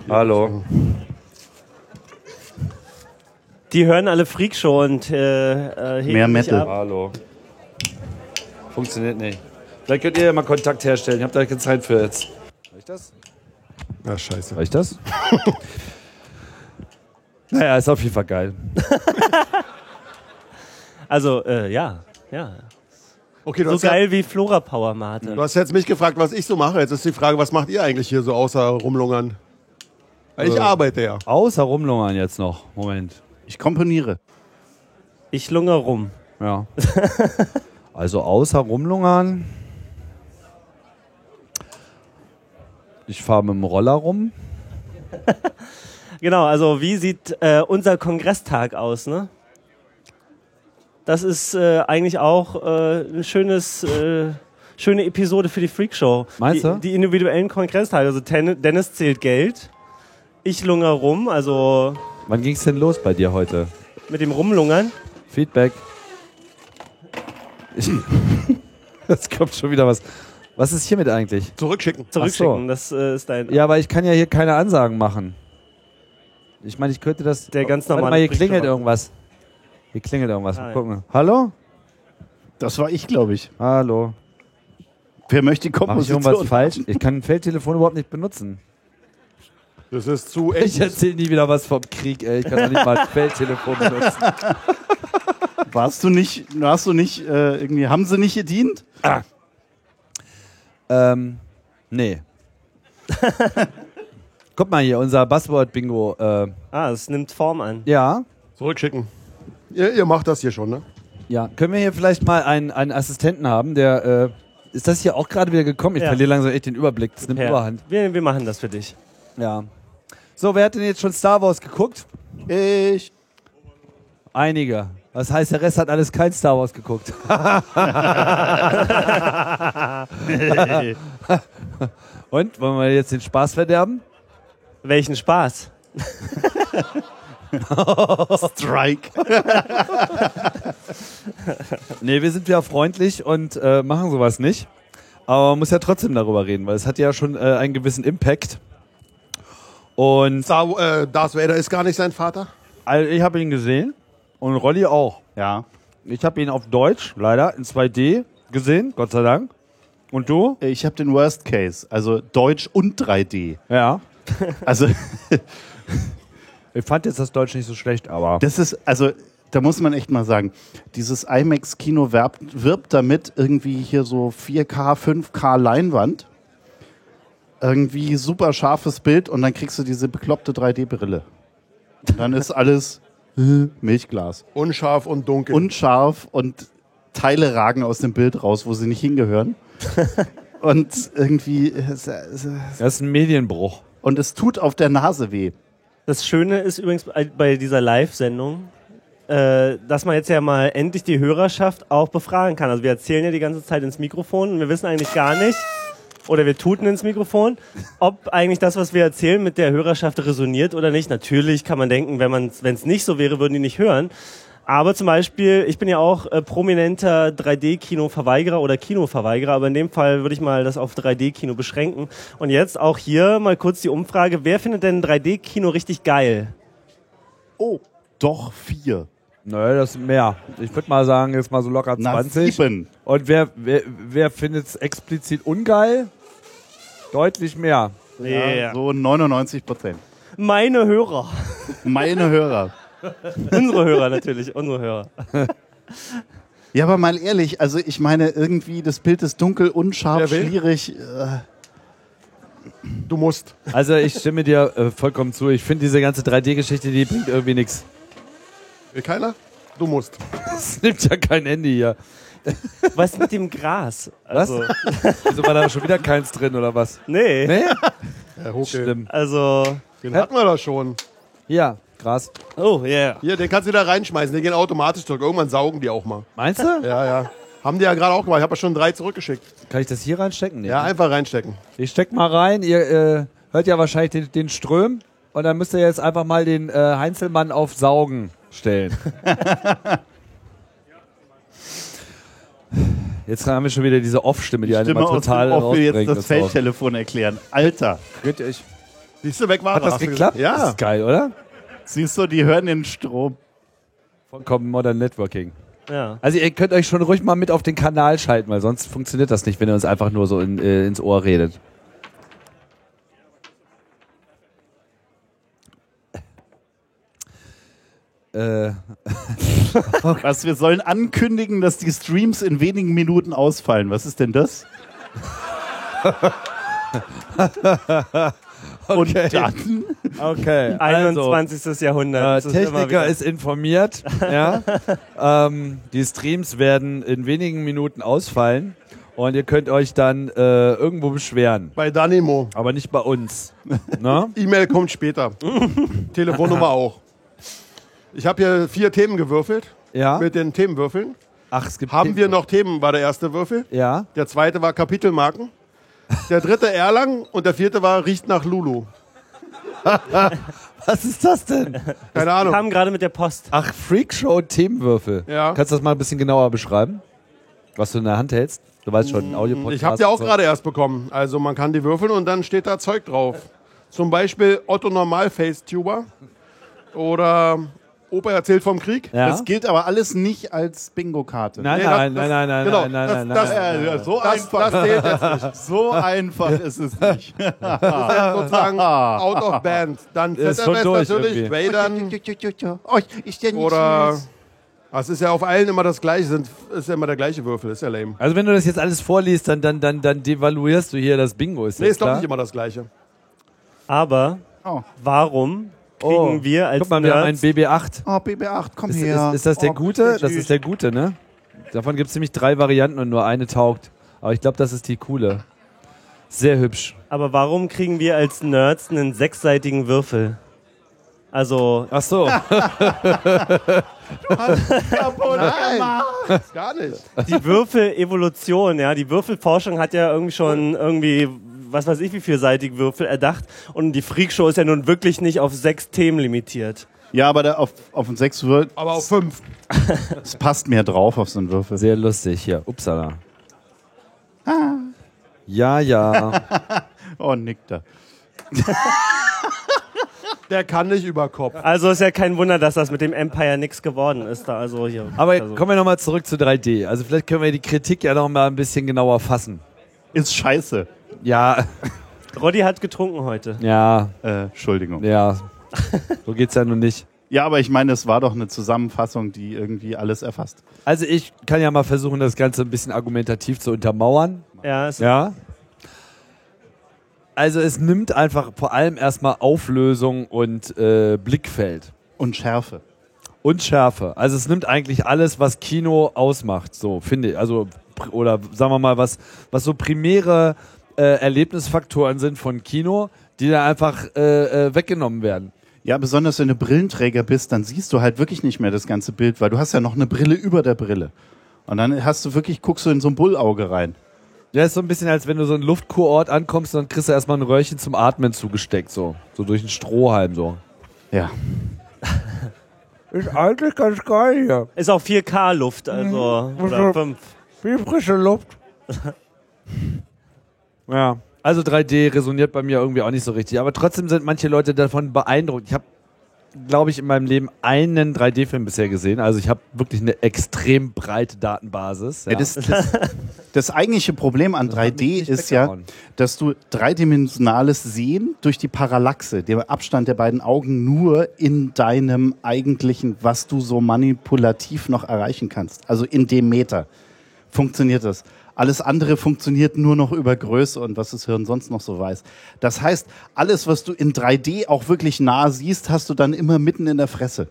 Hallo. Die hören alle Freakshow und äh, äh, heben Mehr sich Metal. ab. Hallo. Funktioniert nicht. Vielleicht könnt ihr ja mal Kontakt herstellen. Ich habe da keine Zeit für jetzt. Soll ich das? Ach, Ah, scheiße. Soll ich das? naja, ist auf jeden Fall geil. Also, äh, ja. ja. Okay, du So hast ja- geil wie Flora Power Mate. Du hast jetzt mich gefragt, was ich so mache. Jetzt ist die Frage, was macht ihr eigentlich hier so außer rumlungern? Ich arbeite ja. Außer rumlungern jetzt noch. Moment. Ich komponiere. Ich lungere rum. Ja. also außer rumlungern. Ich fahre mit dem Roller rum. Genau, also wie sieht äh, unser Kongresstag aus, ne? Das ist äh, eigentlich auch äh, ein schönes, äh, schöne Episode für die Freakshow. Meinst die, du? Die individuellen Kongresstage. Also Ten Dennis zählt Geld, ich lunger rum, also Wann ging's denn los bei dir heute? mit dem Rumlungern. Feedback. Ich- Jetzt kommt schon wieder was. Was ist hiermit eigentlich? Zurückschicken. Zurückschicken, das äh, ist dein... Ja, aber ich kann ja hier keine Ansagen machen. Ich meine, ich könnte das. Der ganz Warte normale mal, hier Briefschreiber. klingelt irgendwas. Hier klingelt irgendwas. Mal Ah, ja. gucken. Hallo? Das war ich, glaube ich. Hallo. Wer möchte kommen? Mache ich irgendwas falsch? Ich kann ein Feldtelefon überhaupt nicht benutzen. Das ist zu Ich echt. erzähle nie wieder was vom Krieg, ey. Ich kann doch nicht mal ein Feldtelefon benutzen. Warst du nicht, hast du nicht, äh, irgendwie, haben sie nicht gedient? Ähm, nee. Guck mal hier, unser Buzzword-Bingo. Äh, Ah, es nimmt Form an. ja. Zurückschicken. Ihr, ihr macht das hier schon, ne? Ja. Können wir hier vielleicht mal einen, einen Assistenten haben, der. Äh, ist das hier auch gerade wieder gekommen? Ich Ja. verliere langsam echt den Überblick. Das nimmt Ja. Überhand. Wir, wir machen das für dich. Ja. So, wer hat denn jetzt schon Star Wars geguckt? Ich. Einige. Das heißt, der Rest hat alles kein Star Wars geguckt. Und wollen wir jetzt den Spaß verderben? Welchen Spaß. Strike. Nee, wir sind ja freundlich und äh, machen sowas nicht. Aber man muss ja trotzdem darüber reden, weil es hat ja schon äh, einen gewissen Impact. Und Star, äh, Darth Vader ist gar nicht sein Vater. also ich habe ihn gesehen und Rolli auch. Ja. Ich habe ihn auf Deutsch, leider, in 2D gesehen, Gott sei Dank. Und du? Ich habe den Worst Case. Also Deutsch und 3D. Ja. Also, Ich fand jetzt das Deutsch nicht so schlecht, aber. das ist, also, da muss man echt mal sagen, dieses IMAX-Kino werbt, wirbt damit irgendwie hier so 4K, 5K Leinwand. Irgendwie super scharfes Bild und dann kriegst du diese bekloppte 3D-Brille. Und dann ist alles äh, Milchglas. Unscharf und Genau. dunkel. unscharf und Teile ragen aus dem Bild raus, wo sie nicht hingehören. und irgendwie, es, es, Das ist ein Medienbruch. und es tut auf der Nase weh. Das Schöne ist übrigens bei- bei dieser Live-Sendung, äh, dass man jetzt ja mal endlich die Hörerschaft auch befragen kann. Also wir erzählen ja die ganze Zeit ins Mikrofon und wir wissen eigentlich gar nicht, oder wir tuten ins Mikrofon, ob eigentlich das, was wir erzählen, mit der Hörerschaft resoniert oder nicht. Natürlich kann man denken, wenn man es nicht so wäre, würden die nicht hören. Aber zum Beispiel, ich bin ja auch äh, prominenter 3D-Kino-Verweigerer oder Kino-Verweigerer, aber in dem Fall würde ich mal das auf 3D-Kino beschränken. Und jetzt auch hier mal kurz die Umfrage, wer findet denn 3D-Kino richtig geil? Oh, doch vier. Naja, das sind mehr. Ich würde mal sagen, jetzt mal so locker Na, 20. sieben. Und wer, wer, wer findet es explizit ungeil? Deutlich mehr. Ja, so 99 Prozent. Meine Hörer. Meine Hörer. unsere Hörer natürlich, unsere Hörer. Ja, aber mal ehrlich, also ich meine, irgendwie das Bild ist dunkel, unscharf, Wer will? schwierig. Äh, Du musst. Also ich stimme dir äh, vollkommen zu. Ich finde diese ganze 3D-Geschichte, die bringt irgendwie nichts. Will keiner? Du musst. Es nimmt ja kein Ende hier. Was mit dem Gras? Was? Also, Wieso war da schon wieder keins drin oder was? nee. Nee? Herr Huckel. Schlimm. Also, Den hatten wir da schon. Ja, Gras. oh yeah. Hier, den kannst du da reinschmeißen. Die gehen automatisch zurück. Irgendwann saugen die auch mal. Meinst du? Ja, ja. Haben die ja gerade auch gemacht. Ich habe ja schon drei zurückgeschickt. Kann ich das hier reinstecken? Nee. Ja, einfach reinstecken. Ich steck mal rein. Ihr äh, hört ja wahrscheinlich den, den Ström. Und dann müsst ihr jetzt einfach mal den äh, Heinzelmann auf Saugen stellen. jetzt haben wir schon wieder diese Off-Stimme, die, einen Stimme immer aus dem total Off will jetzt rausbringt. das das Wort. Feldtelefon erklären. Alter, Könnt ihr euch- Siehst du, weg war Hat er. das Hast du geklappt? gesehen? Das Ja. ist geil, oder? siehst du, die hören den Strom. Vollkommen Modern Networking. Ja. Also ihr könnt euch schon ruhig mal mit auf den Kanal schalten, weil sonst funktioniert das nicht, wenn ihr uns einfach nur so in, äh, ins Ohr redet. Äh, Was wir sollen ankündigen, dass die Streams in wenigen Minuten ausfallen. Was ist denn das? Und dann Okay, also, 21. Jahrhundert. äh, Das ist immer Techniker wieder- ist informiert. ja. ähm, die Streams werden in wenigen Minuten ausfallen und ihr könnt euch dann äh, irgendwo beschweren, Bei Danimo. aber nicht bei uns. Ne? Na? E-Mail kommt später. Telefonnummer auch. Ich habe hier vier Themen gewürfelt. Ja. Mit den Themenwürfeln. Ach, es gibt Haben wir noch Themen, war der erste Würfel. Ja. Der zweite war Kapitelmarken. Der dritte Erlang und der vierte war riecht nach Lulu. Was ist das denn? Keine Wir Ahnung. kamen gerade mit der Post. Ach, Freakshow Themenwürfel. Ja. Kannst du das mal ein bisschen genauer beschreiben? Was du in der Hand hältst? Du weißt schon, ein Audio Mm, Ich habe die auch gerade erst bekommen. Also man kann die würfeln und dann steht da Zeug drauf. Zum Beispiel Otto Normal Face Tuber oder Opa erzählt vom Krieg. Ja? Das gilt aber alles nicht als Bingo-Karte. Nein, Nee, das- nein, das- nein, nein, nein, genau, nein, nein, das- nein, das- nein. Äh, ja, so, Das, das zählt jetzt nicht. so einfach ist es nicht. sozusagen out of band. Dann Ist schon ZFS durch natürlich, irgendwie. Vadern Oh, ich denn oder. Das ist ja auf allen immer das gleiche, sind, ist ja immer der gleiche Würfel, ist ja lame. Also wenn du das jetzt alles vorliest, dann, dann, dann, dann devaluierst du hier das Bingo. Ist Nee, jetzt ist doch klar? nicht immer das gleiche. Aber Oh. warum kriegen Oh, wir als Guck mal, wir haben einen Nerds BB8. Oh, BB8, komm Ist, her. ist, ist das der Oh, gute? Das süß. ist der gute, ne? Davon gibt es nämlich drei Varianten und nur eine taugt. Aber ich glaube, das ist die coole. Sehr hübsch. aber warum kriegen wir als Nerds einen sechsseitigen Würfel? Also, Ach so. Nein, gar nicht. die Würfelevolution, ja, die Würfelforschung hat ja irgendwie schon irgendwie was weiß ich, wie vielseitige Würfel erdacht. Und die Freakshow ist ja nun wirklich nicht auf sechs Themen limitiert. Ja, aber da auf, auf den 6 wird, Aber auf fünf. es passt mehr drauf auf so einen Würfel. Sehr lustig hier. Upsala. Ja, ja. Oh, nickt da. Der kann nicht über Kopf. Also ist ja kein Wunder, dass das mit dem Empire nix geworden ist. Da also hier. Aber also, kommen wir nochmal zurück zu 3D. Also vielleicht können wir die Kritik ja nochmal ein bisschen genauer fassen. Ist scheiße. Ja, Roddy hat getrunken heute. ja, Äh, Entschuldigung. ja. So geht's ja nun nicht. Ja, aber ich meine, es war doch eine Zusammenfassung, die irgendwie alles erfasst. Also ich kann ja mal versuchen, das Ganze ein bisschen argumentativ zu untermauern. Ja, es Ja. Also es nimmt einfach vor allem erstmal Auflösung und äh, Blickfeld Und Schärfe. und Schärfe. Also es nimmt eigentlich alles, was Kino ausmacht, so finde ich. Also pr- oder sagen wir mal, was, was so primäre äh, Erlebnisfaktoren sind von Kino, die da einfach äh, äh, weggenommen werden. Ja, besonders wenn du Brillenträger bist, dann siehst du halt wirklich nicht mehr das ganze Bild, weil du hast ja noch eine Brille über der Brille. Und dann hast du wirklich, guckst du in so ein Bullauge rein. Ja, ist so ein bisschen, als wenn du so einen Luftkurort ankommst und dann kriegst du erstmal ein Röhrchen zum Atmen zugesteckt, so. So durch einen Strohhalm, so. Ja. Ist eigentlich ganz geil hier. ist auch 4K-Luft, also oder 5. Wie frische Luft. ja. Also 3D resoniert bei mir irgendwie auch nicht so richtig. Aber trotzdem sind manche Leute davon beeindruckt. Ich habe, glaube ich, in meinem Leben einen 3D-Film bisher gesehen. Also ich habe wirklich eine extrem breite Datenbasis. Ja. Ja, das, das, das eigentliche Problem an hat mich 3D nicht ist ja, weggehauen. dass du dreidimensionales Sehen durch die Parallaxe, den Abstand der beiden Augen, nur in deinem eigentlichen, was du so manipulativ noch erreichen kannst, also in dem Meter, funktioniert das. Alles andere funktioniert nur noch über Größe und was das Hirn sonst noch so weiß. Das heißt, alles, was du in 3D auch wirklich nah siehst, hast du dann immer mitten in der Fresse.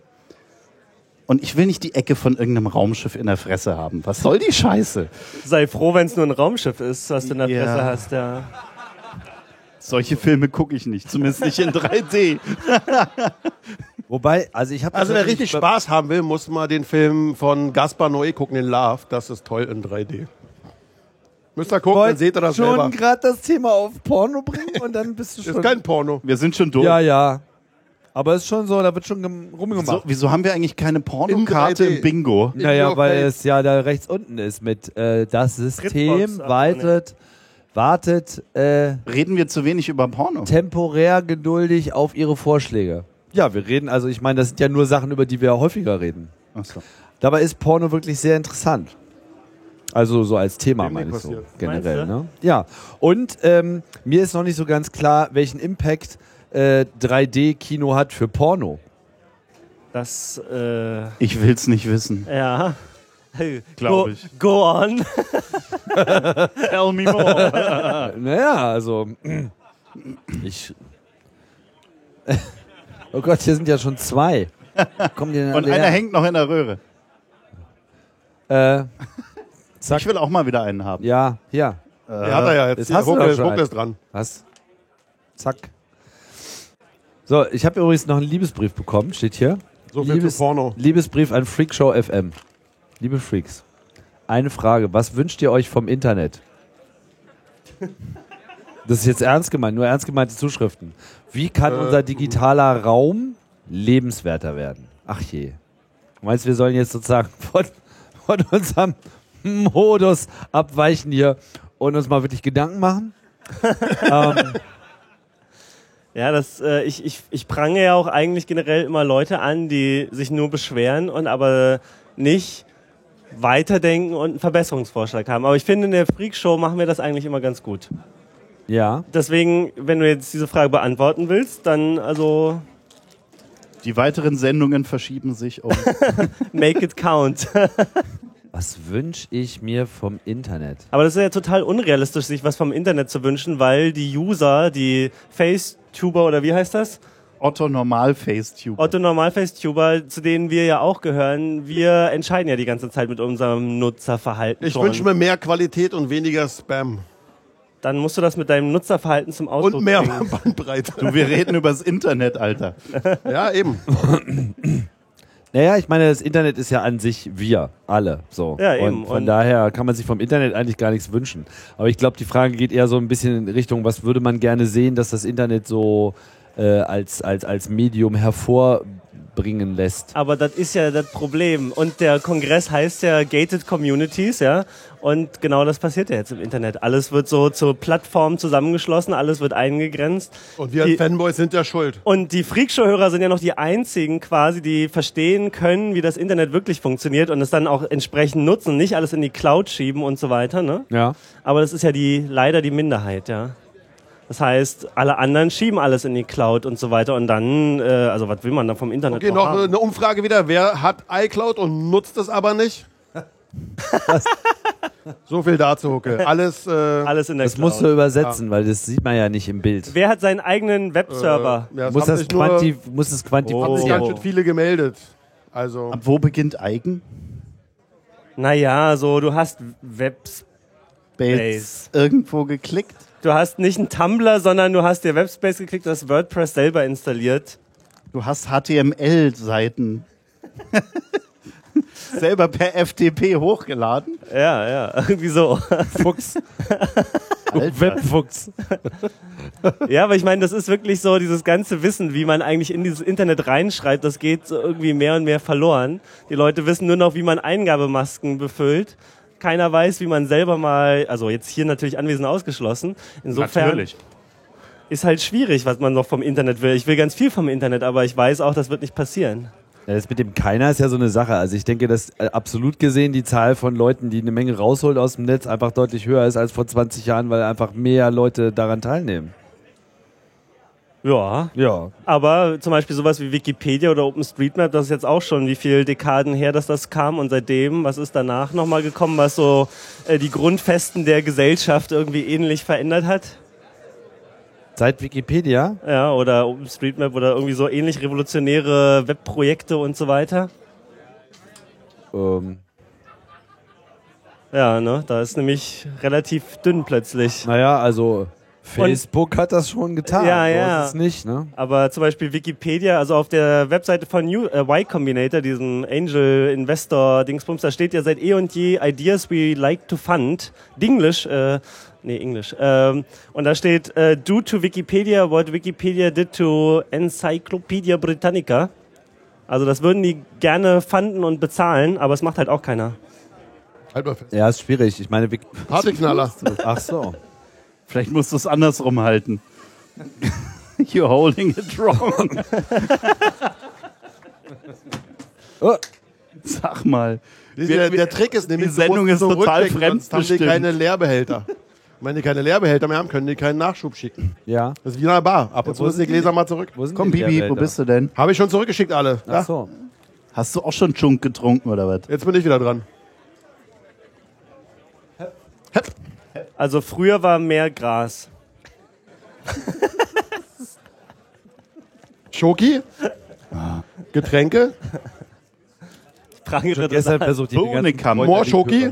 Und ich will nicht die Ecke von irgendeinem Raumschiff in der Fresse haben. Was soll die Scheiße? Sei froh, wenn es nur ein Raumschiff ist, was du in der Ja. Presse hast. Ja. Solche Filme gucke ich nicht, zumindest nicht in 3D. Wobei, also ich habe Also wer richtig Spaß haben will, muss mal den Film von Gaspar Noé gucken, den Love. Das ist toll in 3D. Müsst ihr gucken, dann seht ihr das selber. schon gerade das Thema auf Porno bringen und dann bist du schon. Ist kein Porno. Wir sind schon durch. ja, ja. Aber ist schon so, da wird schon gem- rumgemacht. so, wieso haben wir eigentlich keine Pornokarte In 3D. im Bingo? Naja, Ignore weil Face. es ja da rechts unten ist mit äh, das System Fritzbox, ach, wartet, wartet äh, Reden wir zu wenig über Porno? temporär geduldig auf ihre Vorschläge. Ja, wir reden, also ich meine, das sind ja nur Sachen, über die wir häufiger reden. Ach so. Dabei ist Porno wirklich sehr interessant. Also so als Thema Dem nicht meine ich so passiert. generell. Meinst Ne? Ja, und ähm, mir ist noch nicht so ganz klar, welchen Impact äh, 3D-Kino hat für Porno. Das, äh, Ich will's nicht wissen. ja. Glaub go, ich. Go on. Tell me more. Naja, also ich Oh Gott, hier sind ja schon zwei. Kommen die denn Und alle einer her? hängt noch in der Röhre. Äh, Ich will auch mal wieder einen haben. ja, hier. Der hat er ja jetzt jetzt. Äh, hast du Ruckel doch ist- schon Ruckel einen. ist dran. Was? Zack. So, ich habe übrigens noch einen Liebesbrief bekommen, steht hier. So viel zu Porno. Oh. Liebesbrief an Freakshow FM. Liebe Freaks, eine Frage. Was wünscht ihr euch vom Internet? Das ist jetzt ernst gemeint, nur ernst gemeinte Zuschriften. Wie kann unser digitaler Raum lebenswerter werden? Ach je. Du meinst, wir sollen jetzt sozusagen von, von unserem Modus abweichen hier und uns mal wirklich Gedanken machen? Ja, das, äh, ich, ich, ich prange ja auch eigentlich generell immer Leute an, die sich nur beschweren und aber nicht weiterdenken und einen Verbesserungsvorschlag haben. Aber ich finde, in der Freakshow machen wir das eigentlich immer ganz gut. Ja. Deswegen, wenn du jetzt diese Frage beantworten willst, dann also Die weiteren Sendungen verschieben sich um. make it count. Was wünsche ich mir vom Internet? Aber das ist ja total unrealistisch, sich was vom Internet zu wünschen, weil die User, die Facetuber oder wie heißt das? Otto Normal Facetube. Otto Normalfacetuber, zu denen wir ja auch gehören, wir entscheiden ja die ganze Zeit mit unserem Nutzerverhalten. Ich schon. wünsche mir mehr Qualität und weniger Spam. Dann musst du das mit deinem Nutzerverhalten zum Ausdruck Und mehr bringen. Bandbreite. Du, wir reden übers Internet, Alter. Ja, eben. Naja, ich meine, das Internet ist ja an sich wir alle. So. Ja, eben. Und von Und- daher kann man sich vom Internet eigentlich gar nichts wünschen. Aber ich glaube, die Frage geht eher so ein bisschen in Richtung, was würde man gerne sehen, dass das Internet so äh, als, als, als Medium hervorbringen lässt. Aber das ist ja das Problem. Und der Kongress heißt ja Gated Communities, ja. Und genau das passiert ja jetzt im Internet. Alles wird so zur Plattform zusammengeschlossen, alles wird eingegrenzt. Und wir als Die- Fanboys sind ja schuld. Und die Freakshow-Hörer sind ja noch die einzigen quasi, die verstehen können, wie das Internet wirklich funktioniert und es dann auch entsprechend nutzen, nicht alles in die Cloud schieben und so weiter, ne? Ja. Aber das ist ja die, leider die Minderheit, ja. Das heißt, alle anderen schieben alles in die Cloud und so weiter und dann, äh, also was will man da vom Internet Okay, noch noch haben? eine Umfrage wieder. Wer hat iCloud und nutzt es aber nicht? so viel dazu, okay. Alles, äh, Alles in der Das Cloud. musst du übersetzen, weil das sieht man ja nicht im Bild. Wer hat seinen eigenen Webserver? äh, ja, es Muss haben das, sich nur, quanti muss es haben sich ganz quantifizieren. schön viele gemeldet. Also, Ab wo beginnt Eigen? Naja, so, du hast Webs. Bates. Irgendwo geklickt? Du hast nicht einen Tumblr, sondern du hast dir Webspace geklickt, du hast WordPress selber installiert. Du hast HTML-Seiten. Selber per FTP hochgeladen. Ja, ja, irgendwie so. Fuchs. Oh. Alter. Webfuchs. Ja, aber ich meine, das ist wirklich so, dieses ganze Wissen, wie man eigentlich in dieses Internet reinschreibt, das geht so irgendwie mehr und mehr verloren. Die Leute wissen nur noch, wie man Eingabemasken befüllt. Keiner weiß, wie man selber mal, also jetzt hier natürlich anwesend ausgeschlossen. Insofern Natürlich. ist halt schwierig, was man noch vom Internet will. Ich will ganz viel vom Internet, aber ich weiß auch, das wird nicht passieren. Ja, das mit dem Keiner ist ja so eine Sache. Also ich denke, dass äh, absolut gesehen die Zahl von Leuten, die eine Menge rausholt aus dem Netz, einfach deutlich höher ist als vor 20 Jahren, weil einfach mehr Leute daran teilnehmen. Ja, Ja. aber zum Beispiel sowas wie Wikipedia oder OpenStreetMap, das ist jetzt auch schon wie viel Dekaden her, dass das kam und seitdem, was ist danach nochmal gekommen, was so äh, die Grundfesten der Gesellschaft irgendwie ähnlich verändert hat? Seit Wikipedia? Ja, oder OpenStreetMap oder irgendwie so ähnlich revolutionäre Webprojekte und so weiter. Ähm, Ja, ne, da ist nämlich relativ dünn plötzlich. naja, also Facebook hat das schon getan. Ja, so ja. Ist es nicht, ne? Aber zum Beispiel Wikipedia, also auf der Webseite von New, äh, Y Combinator, diesem Angel Investor Dingsbums, da steht ja seit eh und je Ideas we like to fund. Dinglish, äh, nee, Englisch. Ähm, und da steht, äh, due to Wikipedia, what Wikipedia did to Encyclopedia Britannica. Also das würden die gerne fanden und bezahlen, aber es macht halt auch keiner. halt mal fest. Ja, ist schwierig. Ich meine, Wik Partyknaller. ach so. Vielleicht musst du es andersrum halten. You're holding it wrong. Oh, Sag mal. der, der Trick ist nämlich, die du Sendung musst ist total zurückblicken, sonst haben die fremdbestimmt. keine Leerbehälter. Wenn die keine Leerbehälter mehr haben, können die keinen Nachschub schicken. ja. Das ist wie in einer Bar. Ab und zu wo müssen die sind Gläser mal zurück. Wo sind Komm, die Bibi, wo Lehrwälder? bist du denn? Habe ich schon zurückgeschickt, alle. Ach Ja, so. Hast du auch schon Junk getrunken oder was? jetzt bin ich wieder dran. Also früher war mehr Gras. Schoki? Getränke? Fragen dritte Deshalb Wahl. versucht die Honigkamm. More Schoki?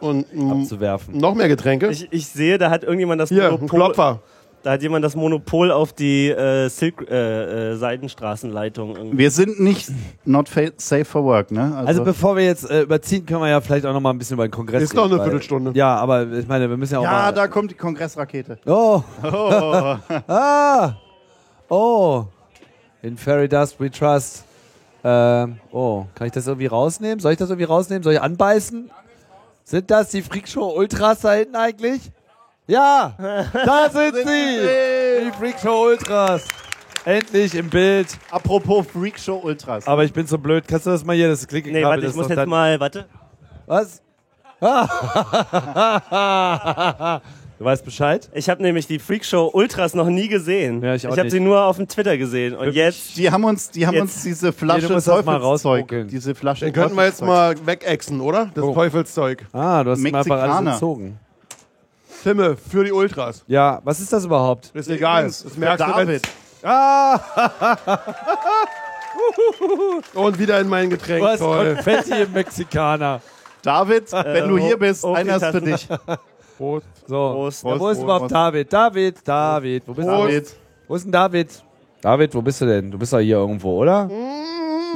Und mm, zu werfen. noch mehr Getränke? Ich, ich sehe, da hat irgendjemand das Hier, ein Monopol. Klopfer. Da hat jemand das Monopol auf die äh, Silk, äh, äh, Seidenstraßenleitung. irgendwie. Wir sind nicht not fa- safe for work, ne? Also bevor wir jetzt äh, überziehen, können wir ja vielleicht auch noch mal ein bisschen über den Kongress Ist noch reden, eine weil- Viertelstunde. Ja, aber ich meine, wir müssen ja auch ja, mal... da kommt die Kongressrakete. oh! ah! Oh! In Fairy Dust we trust. Ähm, oh, kann ich das irgendwie rausnehmen? Soll ich das irgendwie rausnehmen? Soll ich anbeißen? Sind das die Freakshow Ultras da hinten eigentlich? Ja! Da sind sie! Die Freakshow Ultras! Endlich im Bild. Apropos Freakshow Ultras. Aber ich bin so blöd. Kannst du das mal hier, das klicken? Nee, warte, ich muss jetzt mal, warte. Was? Ah. du weißt Bescheid? Ich habe nämlich die Freakshow Ultras noch nie gesehen. Ja, ich auch ich habe nicht. sie nur auf dem Twitter gesehen. Und jetzt, Die haben uns, die haben Jetzt- uns diese Nee, Flasche du musst das mal rausruckeln. Teufelszeug, diese Flasche Den könnten wir jetzt mal Teufelszeug. wegexen, oder? Das Teufelszeug. Ah, du hast mir einfach alles Mexikaner. entzogen. Timme, für die Ultras. Ja, was ist das überhaupt? Ist egal. Übrigens, Das für merkst du wenn's- David. Und wieder in mein Getränk. Du hast Toll. Konfetti im Mexikaner. David, wenn du hier bist, oh, einer die Äh, ist für dich. Prost. So, Prost. Ja, wo Prost, ist überhaupt Prost. David? David, David, wo bist du? David. Wo ist denn David? David, wo bist du denn? Du bist doch hier irgendwo, oder?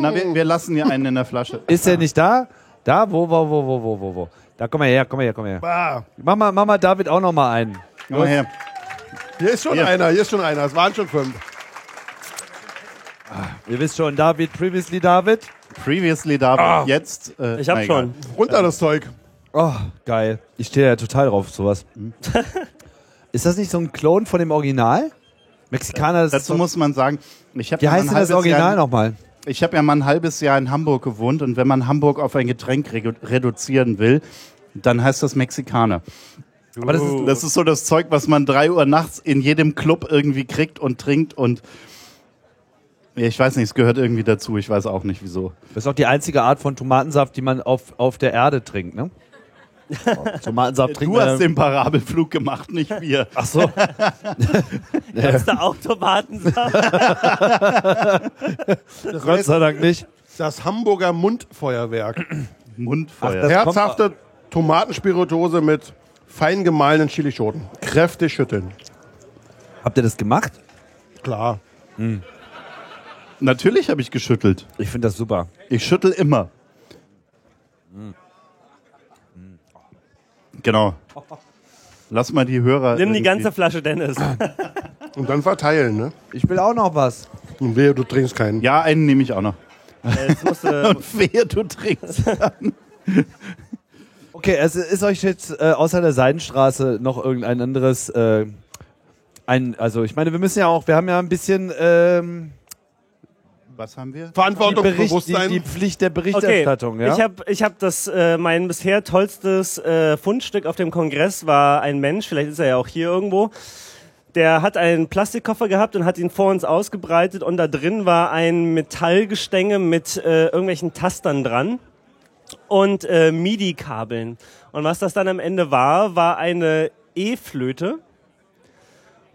Na, wir, wir lassen hier einen in der Flasche. Ist der nicht da? Da, wo, wo, wo, wo, wo, wo, wo. Da, komm mal her, komm mal her, komm mal her. Bah. Mach mal, mach mal David auch noch mal einen. Komm mal her. Hier ist schon Hier. einer, hier ist schon einer. Es waren schon fünf. Ihr wisst schon, David, previously David. Previously David, jetzt. Äh, ich habe na egal. schon. Runter das Zeug. Oh, geil. Ich stehe ja total drauf, auf sowas. ist das nicht so ein Klon von dem Original? Mexikaner, das ist Dazu doch- muss man halt sagen, ich habe Wie heißt denn das Original nochmal? Ich habe ja mal ein halbes Jahr in Hamburg gewohnt und wenn man Hamburg auf ein Getränk redu reduzieren will, dann heißt das Mexikaner. Aber das ist, Das ist so das Zeug, was man 3 Uhr nachts in jedem Club irgendwie kriegt und trinkt und ja, ich weiß nicht, es gehört irgendwie dazu, ich weiß auch nicht wieso. das ist auch die einzige Art von Tomatensaft, die man auf, auf der Erde trinkt, ne? Oh, Tomatensaft Du hast den Parabelflug gemacht, nicht wir. Ach so. gab's da auch Tomatensaft? Das, Gott heißt, sei Dank nicht. das Hamburger Mundfeuerwerk. Mundfeuer. Herzhafte Tomatenspirituose mit fein gemahlenen Chilischoten. Kräftig schütteln. Habt ihr das gemacht? Klar. Natürlich habe ich geschüttelt. Ich finde das super. Ich schüttel immer. Genau. Lass mal die Hörer. Nimm die irgendwie- ganze Flasche, Dennis. Äh, Und dann verteilen, ne? Ich will auch noch was. Und wehe, du trinkst keinen. Ja, einen nehme ich auch noch. Jetzt musst du, Wehe, du trinkst. Okay, es ist euch jetzt äh, außer der Seidenstraße noch irgendein anderes. Äh, ein, also, ich meine, wir müssen ja auch, wir haben ja ein bisschen ähm, Was haben wir? die, Bericht, die, Verantwortungsbewusstsein. die Pflicht der okay, Berichterstattung. ja? ich habe ich hab das, äh, mein bisher tollstes äh, Fundstück auf dem Kongress war ein Mensch, vielleicht ist er ja auch hier irgendwo, der hat einen Plastikkoffer gehabt und hat ihn vor uns ausgebreitet und da drin war ein Metallgestänge mit äh, irgendwelchen Tastern dran und äh, MIDI-Kabeln. Und was das dann am Ende war, war eine E-Flöte.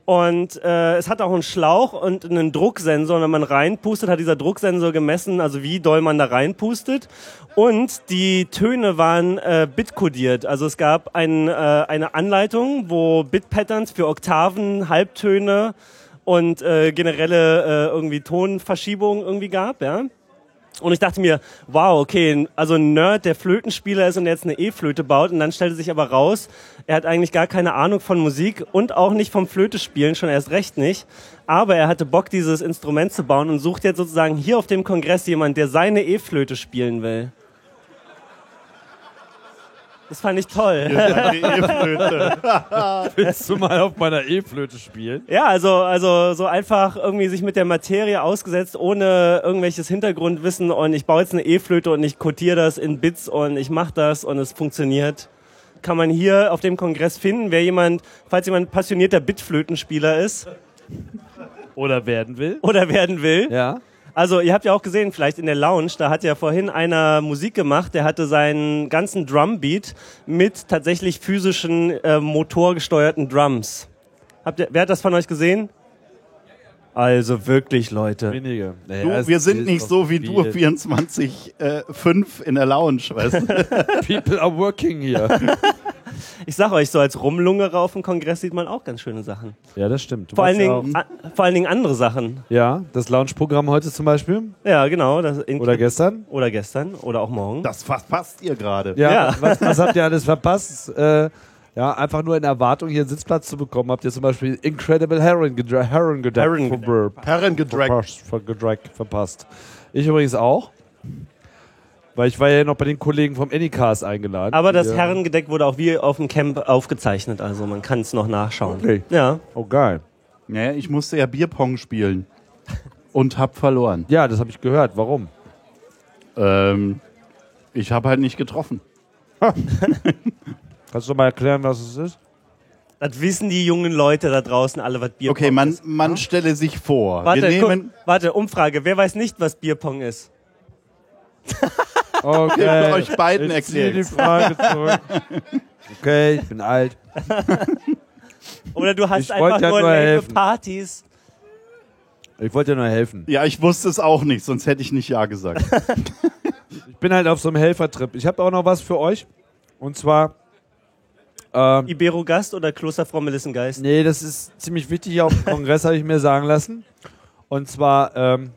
Und äh, es hat auch einen Schlauch und einen Drucksensor. Und wenn man reinpustet, hat dieser Drucksensor gemessen, also wie doll man da reinpustet. Und die Töne waren äh, bitkodiert. Also es gab ein, äh, eine Anleitung, wo Bit-Patterns für Oktaven, Halbtöne und äh, generelle äh, irgendwie Tonverschiebungen irgendwie gab, ja. Und ich dachte mir, wow, okay, n- also ein Nerd, der Flötenspieler ist und jetzt eine E-Flöte baut. Und dann stellte sich aber raus, er hat eigentlich gar keine Ahnung von Musik und auch nicht vom Flötespielen, schon erst recht nicht. Aber er hatte Bock, dieses Instrument zu bauen und sucht jetzt sozusagen hier auf dem Kongress jemand, der seine E-Flöte spielen will. Das fand ich toll. Willst du mal auf meiner E-Flöte spielen? Ja, also, also so einfach irgendwie sich mit der Materie ausgesetzt, ohne irgendwelches Hintergrundwissen und ich baue jetzt eine E-Flöte und ich codiere das in Bits und ich mache das und es funktioniert. Kann man hier auf dem Kongress finden, wer jemand, falls jemand passionierter Bitflötenspieler ist Oder werden will? oder werden will. Ja. Also ihr habt ja auch gesehen, vielleicht in der Lounge, da hat ja vorhin einer Musik gemacht, der hatte seinen ganzen Drumbeat mit tatsächlich ähm, physischen äh, motorgesteuerten Drums. Habt ihr, wer hat das von euch gesehen? Also wirklich, Leute. Wenige. Naja, Du, es wir sind ist nicht doch so wie du viel. 24, äh, 5 in der Lounge, weißt du? People are working here. Ich sag euch, so als Rumlungere auf dem Kongress sieht man auch ganz schöne Sachen. ja, das stimmt. Du Vor allen, machst ja Dingen, a- vor allen Dingen andere Sachen. auch- Ja, das Lounge-Programm heute zum Beispiel. Ja, genau. Das in Oder gestern. oder gestern oder auch morgen. Das verpasst ihr gerade. Ja, Ja. Was, was habt ihr alles verpasst? Äh, ja, einfach nur in Erwartung, hier einen Sitzplatz zu bekommen, habt ihr zum Beispiel Incredible Heron gedra- Heron gedra- Heron ver- Herren gedragt. verpasst, ver- gedra- verpasst. Ich übrigens auch. Weil ich war ja noch bei den Kollegen vom Anycast eingeladen. Aber das Ja. Herrengedeck wurde auch wie auf dem Camp aufgezeichnet, also man kann es noch nachschauen. Okay. Ja. Oh, geil. Naja, ich musste ja Bierpong spielen und hab verloren. Ja, das habe ich gehört. Warum? Ähm, ich habe halt nicht getroffen. Kannst du mal erklären, was es ist? Das wissen die jungen Leute da draußen alle, was Bierpong Okay, man, ist. man stelle sich vor, Warte, wir guck, nehmen warte, Umfrage. Wer weiß nicht, was Bierpong ist? Okay. euch beiden Ich ziehe die erklärt. Frage zurück. Okay, ich bin alt. Oder du hast Ich einfach wollte ja nur nur lame helfen. Partys. Ich wollte dir nur helfen. Ja, ich wusste es auch nicht, sonst hätte ich nicht Ja gesagt. Ich bin halt auf so einem Helfertrip. Ich habe auch noch was für euch. Und zwar. Ähm, Iberogast oder Kloster Frau Melissengeist? Nee, das ist ziemlich wichtig hier auf dem Kongress, habe ich mir sagen lassen. Und zwar ähm,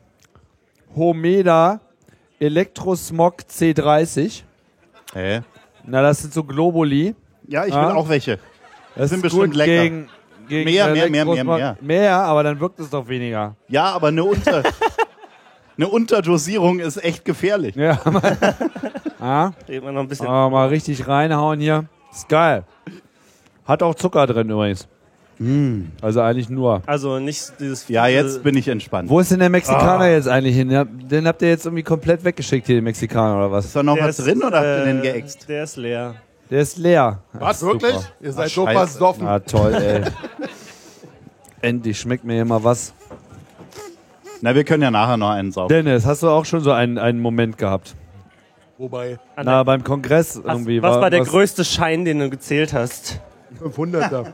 Homeda Elektrosmog C30. Hä? Na, das sind so Globuli. Ja, ich will Ah. auch welche. Das Sind ist bestimmt gut lecker. Gegen, gegen Mehr, mehr, mehr, mehr, Elektrosmog- mehr. Mehr, aber dann wirkt es doch weniger. Ja, aber eine, Unter eine Unterdosierung ist echt gefährlich. Ja, mal, ah, Dreht man noch ein bisschen. ah, mal richtig reinhauen hier. Ist geil. Hat auch Zucker drin übrigens. Hm. Also eigentlich nur. Also nicht dieses. Ja, jetzt bin ich entspannt. Wo ist denn der Mexikaner Ah. jetzt eigentlich hin? Ja, Den habt ihr jetzt irgendwie komplett weggeschickt hier, den Mexikaner oder was? Ist da noch Der was drin oder habt ihr äh, den geäxt? Der ist leer. Der ist leer. Was, Ach, wirklich? super. Ihr seid Ach, so scheiße. versoffen. Na Ah, toll, ey. Endlich schmeckt mir hier mal was. Na, wir können ja nachher noch einen saugen. Dennis, hast du auch schon so einen, einen Moment gehabt? Wobei, Na, beim Kongress Ah, Was, irgendwie. was war der größte Schein, den du gezählt hast? 500er.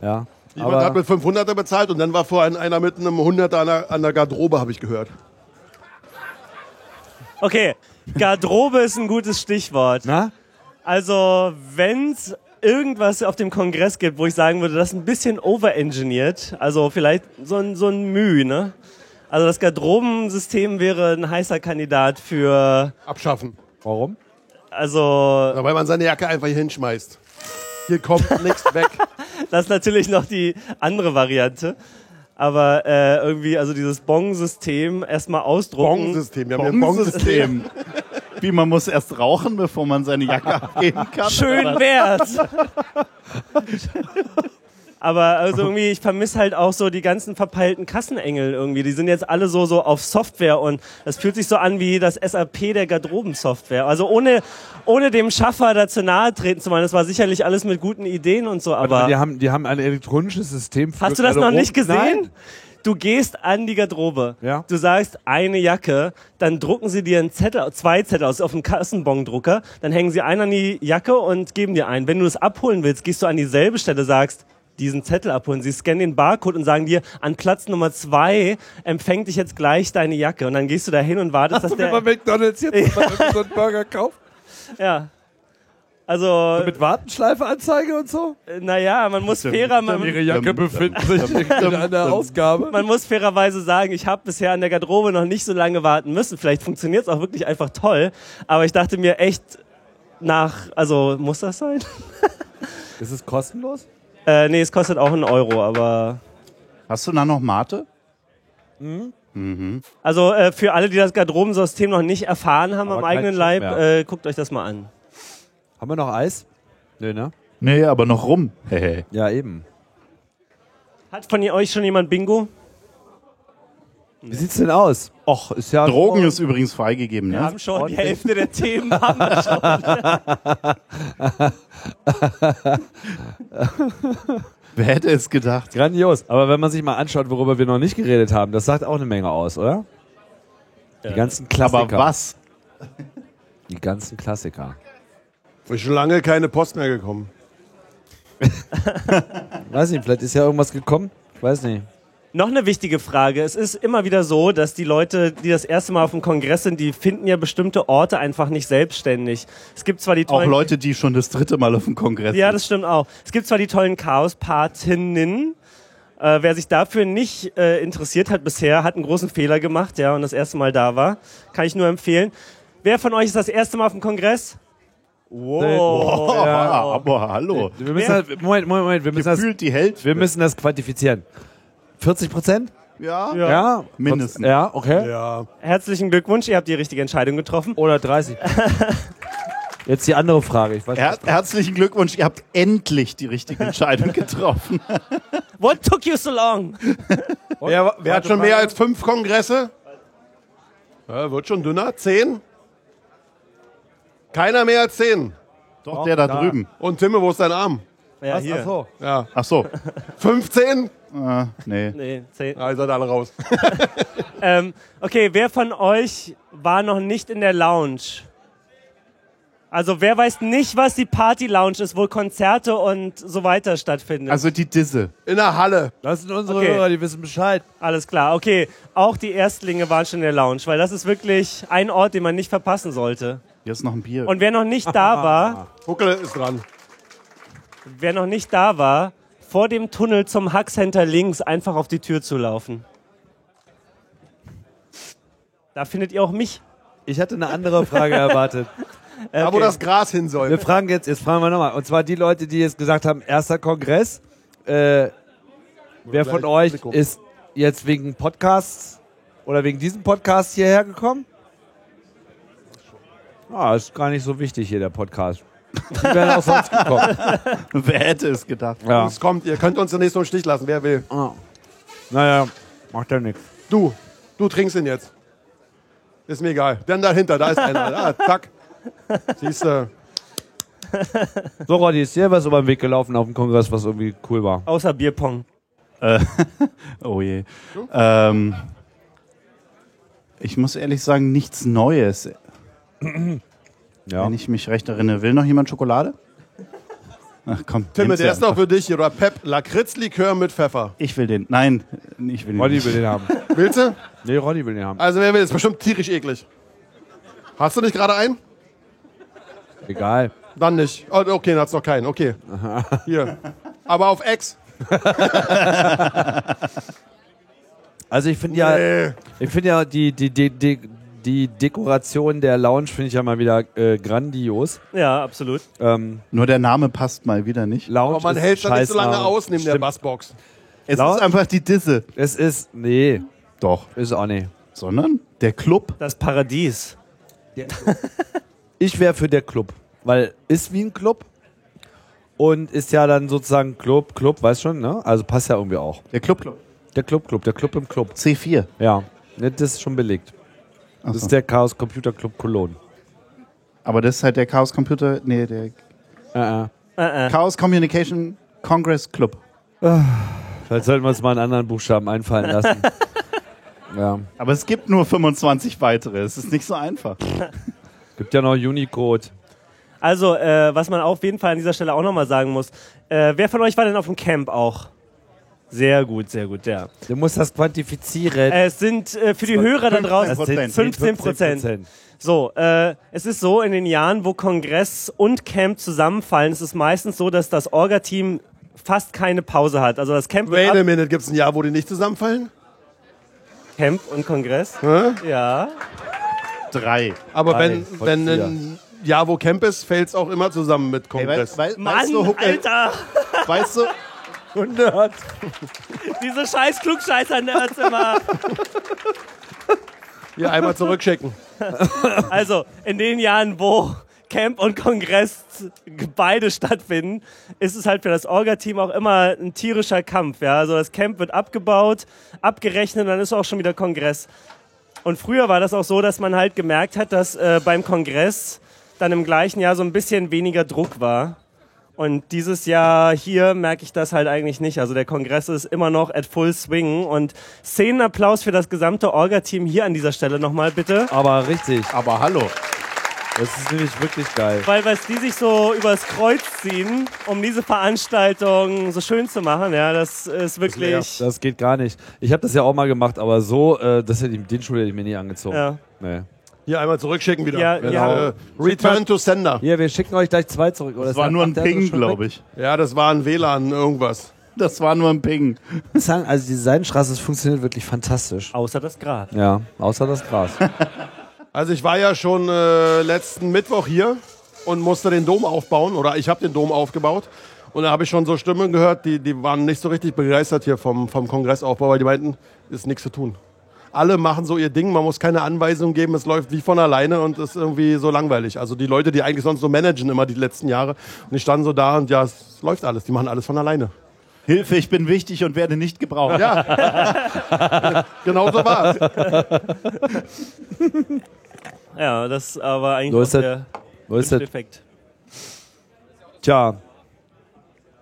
Ja. Jemand hat Aber mit 500er bezahlt und dann war vorhin einer mit einem 100er an der, an der Garderobe, habe ich gehört. Okay, Garderobe ist ein gutes Stichwort. na? Also, wenn's irgendwas auf dem Kongress gibt, wo ich sagen würde, das ist ein bisschen overengineert, also vielleicht so ein, so ein Mühe, ne? Also das Garderobensystem wäre ein heißer Kandidat für, Abschaffen. Warum? also Na, Weil man seine Jacke einfach hier hinschmeißt. Hier kommt nichts weg. das ist natürlich noch die andere Variante. Aber äh, irgendwie, also dieses Bong-System erstmal ausdrucken. Bong-System. Wir haben hier ein Bong-System. Bong-System. Wie man muss erst rauchen, bevor man seine Jacke abgeben kann. Schön wär's. Aber also irgendwie, ich vermisse halt auch so die ganzen verpeilten Kassenengel irgendwie. Die sind jetzt alle so, so auf Software und das fühlt sich so an wie das SAP der Garderobensoftware. Also ohne, ohne dem Schaffer dazu nahe treten zu wollen. Das war sicherlich alles mit guten Ideen und so, aber die, haben, die haben ein elektronisches System für hast du das noch Garderoben? nicht gesehen? Nein. Du gehst an die Garderobe. Ja. Du sagst eine Jacke, dann drucken sie dir einen Zettel, zwei Zettel aus auf den Kassenbondrucker, dann hängen sie einen an die Jacke und geben dir einen. Wenn du es abholen willst, gehst du an dieselbe Stelle, sagst diesen Zettel abholen. Sie scannen den Barcode und sagen dir, an Platz Nummer zwei empfängt dich jetzt gleich deine Jacke. Und dann gehst du da hin und wartest, dass Hast du mir der... bei McDonalds jetzt mal irgendwie so einen Burger gekauft? Ja. Also, Mit Wartenschleife-Anzeige und so? naja, man muss fairer... Man, Ihre Jacke Ähm, befinden sich in einer Ausgabe. man muss fairerweise sagen, ich habe bisher an der Garderobe noch nicht so lange warten müssen. Vielleicht funktioniert es auch wirklich einfach toll. Aber ich dachte mir echt nach, also muss das sein? Ist es kostenlos? Äh, nee, es kostet auch einen Euro, aber. Hast du da noch Mate? Also äh, für alle, die das Garderobensystem noch nicht erfahren haben Aber am kein eigenen Schiff Leib, mehr. äh, guckt euch das mal an. Haben wir noch Eis? Nö, ne? Nee, aber noch rum. Hehe. Ja, eben. Hat von euch schon jemand Bingo? Wie sieht's denn aus? Och, ist ja. Drogen ist übrigens freigegeben, Wir ne? haben schon die Hälfte der Themen. Haben wir schon. Wer hätte es gedacht? Grandios. Aber wenn man sich mal anschaut, worüber wir noch nicht geredet haben, das sagt auch eine Menge aus, oder? Die ganzen Klassiker. Aber was? Die ganzen Klassiker. Ist schon lange keine Post mehr gekommen. Weiß nicht, vielleicht ist ja irgendwas gekommen. Ich weiß nicht. Noch eine wichtige Frage. Es ist immer wieder so, dass die Leute, die das erste Mal auf dem Kongress sind, die finden ja bestimmte Orte einfach nicht selbstständig. Es gibt zwar die Auch tollen Leute, die schon das dritte Mal auf dem Kongress Ja, das stimmt auch. Es gibt zwar die tollen Chaos-Patinnen. Äh, wer sich dafür nicht äh, interessiert hat bisher, hat einen großen Fehler gemacht, ja, und das erste Mal da war. Kann ich nur empfehlen. Wer von euch ist das erste Mal auf dem Kongress? Wow. sind. Ja, aber hallo. Wir müssen das, Moment, Moment, Moment. Wir müssen, das, Gefühlt die Held. wir müssen das quantifizieren. 40 Prozent? Ja, Ja. mindestens. Ja, okay. Ja. Herzlichen Glückwunsch, ihr habt die richtige Entscheidung getroffen. Oder 30. Jetzt die andere Frage. Ich weiß Her herzlichen Glückwunsch, ihr habt endlich die richtige Entscheidung getroffen. What took you so long? Wer, wer hat schon mehr als fünf Kongresse? Ja, wird schon dünner. Zehn? Keiner mehr als zehn. Doch, der da, drüben. Und Timme, wo ist dein Arm? Ja, hier. so. Ja. Ach so. 15? Äh, nee. Nee, zehn. Ah, ihr seid alle raus. Ähm, okay, wer von euch war noch nicht in der Lounge? Also wer weiß nicht, was die Party-Lounge ist, wo Konzerte und so weiter stattfinden? Also die Disse. In der Halle. Das sind unsere Okay. Hörer, die wissen Bescheid. Alles klar, okay. Auch die Erstlinge waren schon in der Lounge, weil das ist wirklich ein Ort, den man nicht verpassen sollte. Hier ist noch ein Bier. Und wer noch nicht da war, Huckel ist dran. wer noch nicht da war, vor dem Tunnel zum Hack Center links einfach auf die Tür zu laufen. Da findet ihr auch mich. Ich hatte eine andere Frage erwartet. Da, wo das Gras hin Wir soll. fragen jetzt, jetzt fragen wir nochmal. Und zwar die Leute, die jetzt gesagt haben, erster Kongress. Äh, wer von euch ist jetzt wegen Podcasts oder wegen diesem Podcast hierher gekommen? Ah, ist gar nicht so wichtig hier, der Podcast. Die wären auch sonst gekommen. Wer hätte es gedacht? Ja. Es kommt, ihr könnt uns zunächst im Stich lassen, wer will. Ah. Naja, macht ja nichts. Du, du trinkst ihn jetzt. Ist mir egal. Denn dahinter, da ist einer. Ah, zack. Siehst du. So, Roddy, ist dir was über den Weg gelaufen auf dem Kongress, was irgendwie cool war? Außer Bierpong. Oh je. Ähm, ich muss ehrlich sagen, nichts Neues. Ja. Wenn ich mich recht erinnere. Will noch jemand Schokolade? Ach komm. Timme, nimm's der ja ist noch einfach. für dich hier. Oder Pep, Lakritzlikör mit Pfeffer. Ich will den. Nein, ich will den. Roddy Nicht. Ah. will den haben. Willst du? Nee, Roddy will den haben. Also, wer will? Ist bestimmt tierisch eklig. Hast du nicht gerade einen? Egal. Dann nicht. Oh, okay, dann hat's noch keinen. Okay. Hier. Aber auf Ex. Also ich finde ja, Nee. Ich finde ja die, die, die, die, die Dekoration der Lounge finde ich ja mal wieder äh, grandios. Ja, absolut. Ähm, Nur der Name passt mal wieder nicht. Lounge Aber man ist hält das nicht so lange scheißname. aus neben der Stimmt. Bassbox. Es Laut- ist einfach die Disse. Es ist, nee, Doch. ist auch nicht. Sondern der Club. Das Paradies. Ich wäre für der Club, weil ist wie ein Club und ist ja dann sozusagen Club, Club, weißt schon, ne? Also passt ja irgendwie auch. Der Club. Club. Der Club, Club, der Club im Club. C4. Ja, ne, das ist schon belegt. Das so. ist der Chaos Computer Club Cologne. Aber das ist halt der Chaos Computer. Nee, der Äh, äh. Äh, äh. Chaos Communication Congress Club. Vielleicht sollten wir uns mal einen anderen Buchstaben einfallen lassen. ja. Aber es gibt nur 25 weitere. Es ist nicht so einfach. Gibt ja noch Unicode. Also, äh, was man auf jeden Fall an dieser Stelle auch nochmal sagen muss. Äh, wer von euch war denn auf dem Camp auch? Sehr gut, sehr gut, ja. Du musst das quantifizieren. Äh, Es sind äh, für die Hörer da draußen Prozent. 15 Prozent. So, äh, es ist so, in den Jahren, wo Kongress und Camp zusammenfallen, ist es meistens so, dass das Orga-Team fast keine Pause hat. Also das Camp, Wait wird a ab minute, gibt's ein Jahr, wo die nicht zusammenfallen? Camp und Kongress. Hä? Ja. Drei. Aber Drei wenn, von wenn vier. ein Jahr, wo Camp ist, fällt's auch immer zusammen mit Ey, Kongress. weißt, weißt, Mann, weißt du, Huckel- Alter, weißt du, diese scheiß Klugscheißer-Nerds immer. Hier einmal zurückschicken. Also, in den Jahren, wo Camp und Kongress beide stattfinden, ist es halt für das Orga-Team auch immer ein tierischer Kampf. Ja? Also das Camp wird abgebaut, abgerechnet und dann ist auch schon wieder Kongress. Und früher war das auch so, dass man halt gemerkt hat, dass äh, beim Kongress dann im gleichen Jahr so ein bisschen weniger Druck war. Und dieses Jahr hier merke ich das halt eigentlich nicht. Also der Kongress ist immer noch at full swing. Und Szenenapplaus für das gesamte Orga-Team hier an dieser Stelle nochmal bitte. Aber richtig. aber hallo. Das ist nämlich wirklich geil. Weil was die sich so übers Kreuz ziehen, um diese Veranstaltung so schön zu machen, ja, das ist wirklich. Das geht gar nicht. Ich habe das ja auch mal gemacht, aber so, äh, das hätte ich, den Schuh hätte ich mir nie angezogen. ja. Nee. Hier einmal zurückschicken wieder. Ja, ja. Äh, Return to Sender. Hier, wir schicken euch gleich zwei zurück. Oder Das war nur ein Ping, glaube ich. Ja, das war ein WLAN, irgendwas. Das war nur ein Ping. ich. Also die Seidenstraße, das funktioniert wirklich fantastisch. Außer das Grad. Ja, außer das Gras. Also ich war ja schon äh, letzten Mittwoch hier und musste den Dom aufbauen oder ich habe den Dom aufgebaut. Und da habe ich schon so Stimmen gehört, die, die waren nicht so richtig begeistert hier vom, vom Kongressaufbau, weil die meinten, ist nichts zu tun. Alle machen so ihr Ding, man muss keine Anweisung geben, es läuft wie von alleine und ist irgendwie so langweilig. Also die Leute, die eigentlich sonst so managen immer die letzten Jahre und die standen so da und ja, es läuft alles, die machen alles von alleine. Hilfe, ich bin wichtig und werde nicht gebraucht. Ja, genau so war's. Ja, das aber eigentlich So ist auch das. der Wo ist das? Effekt. Tja,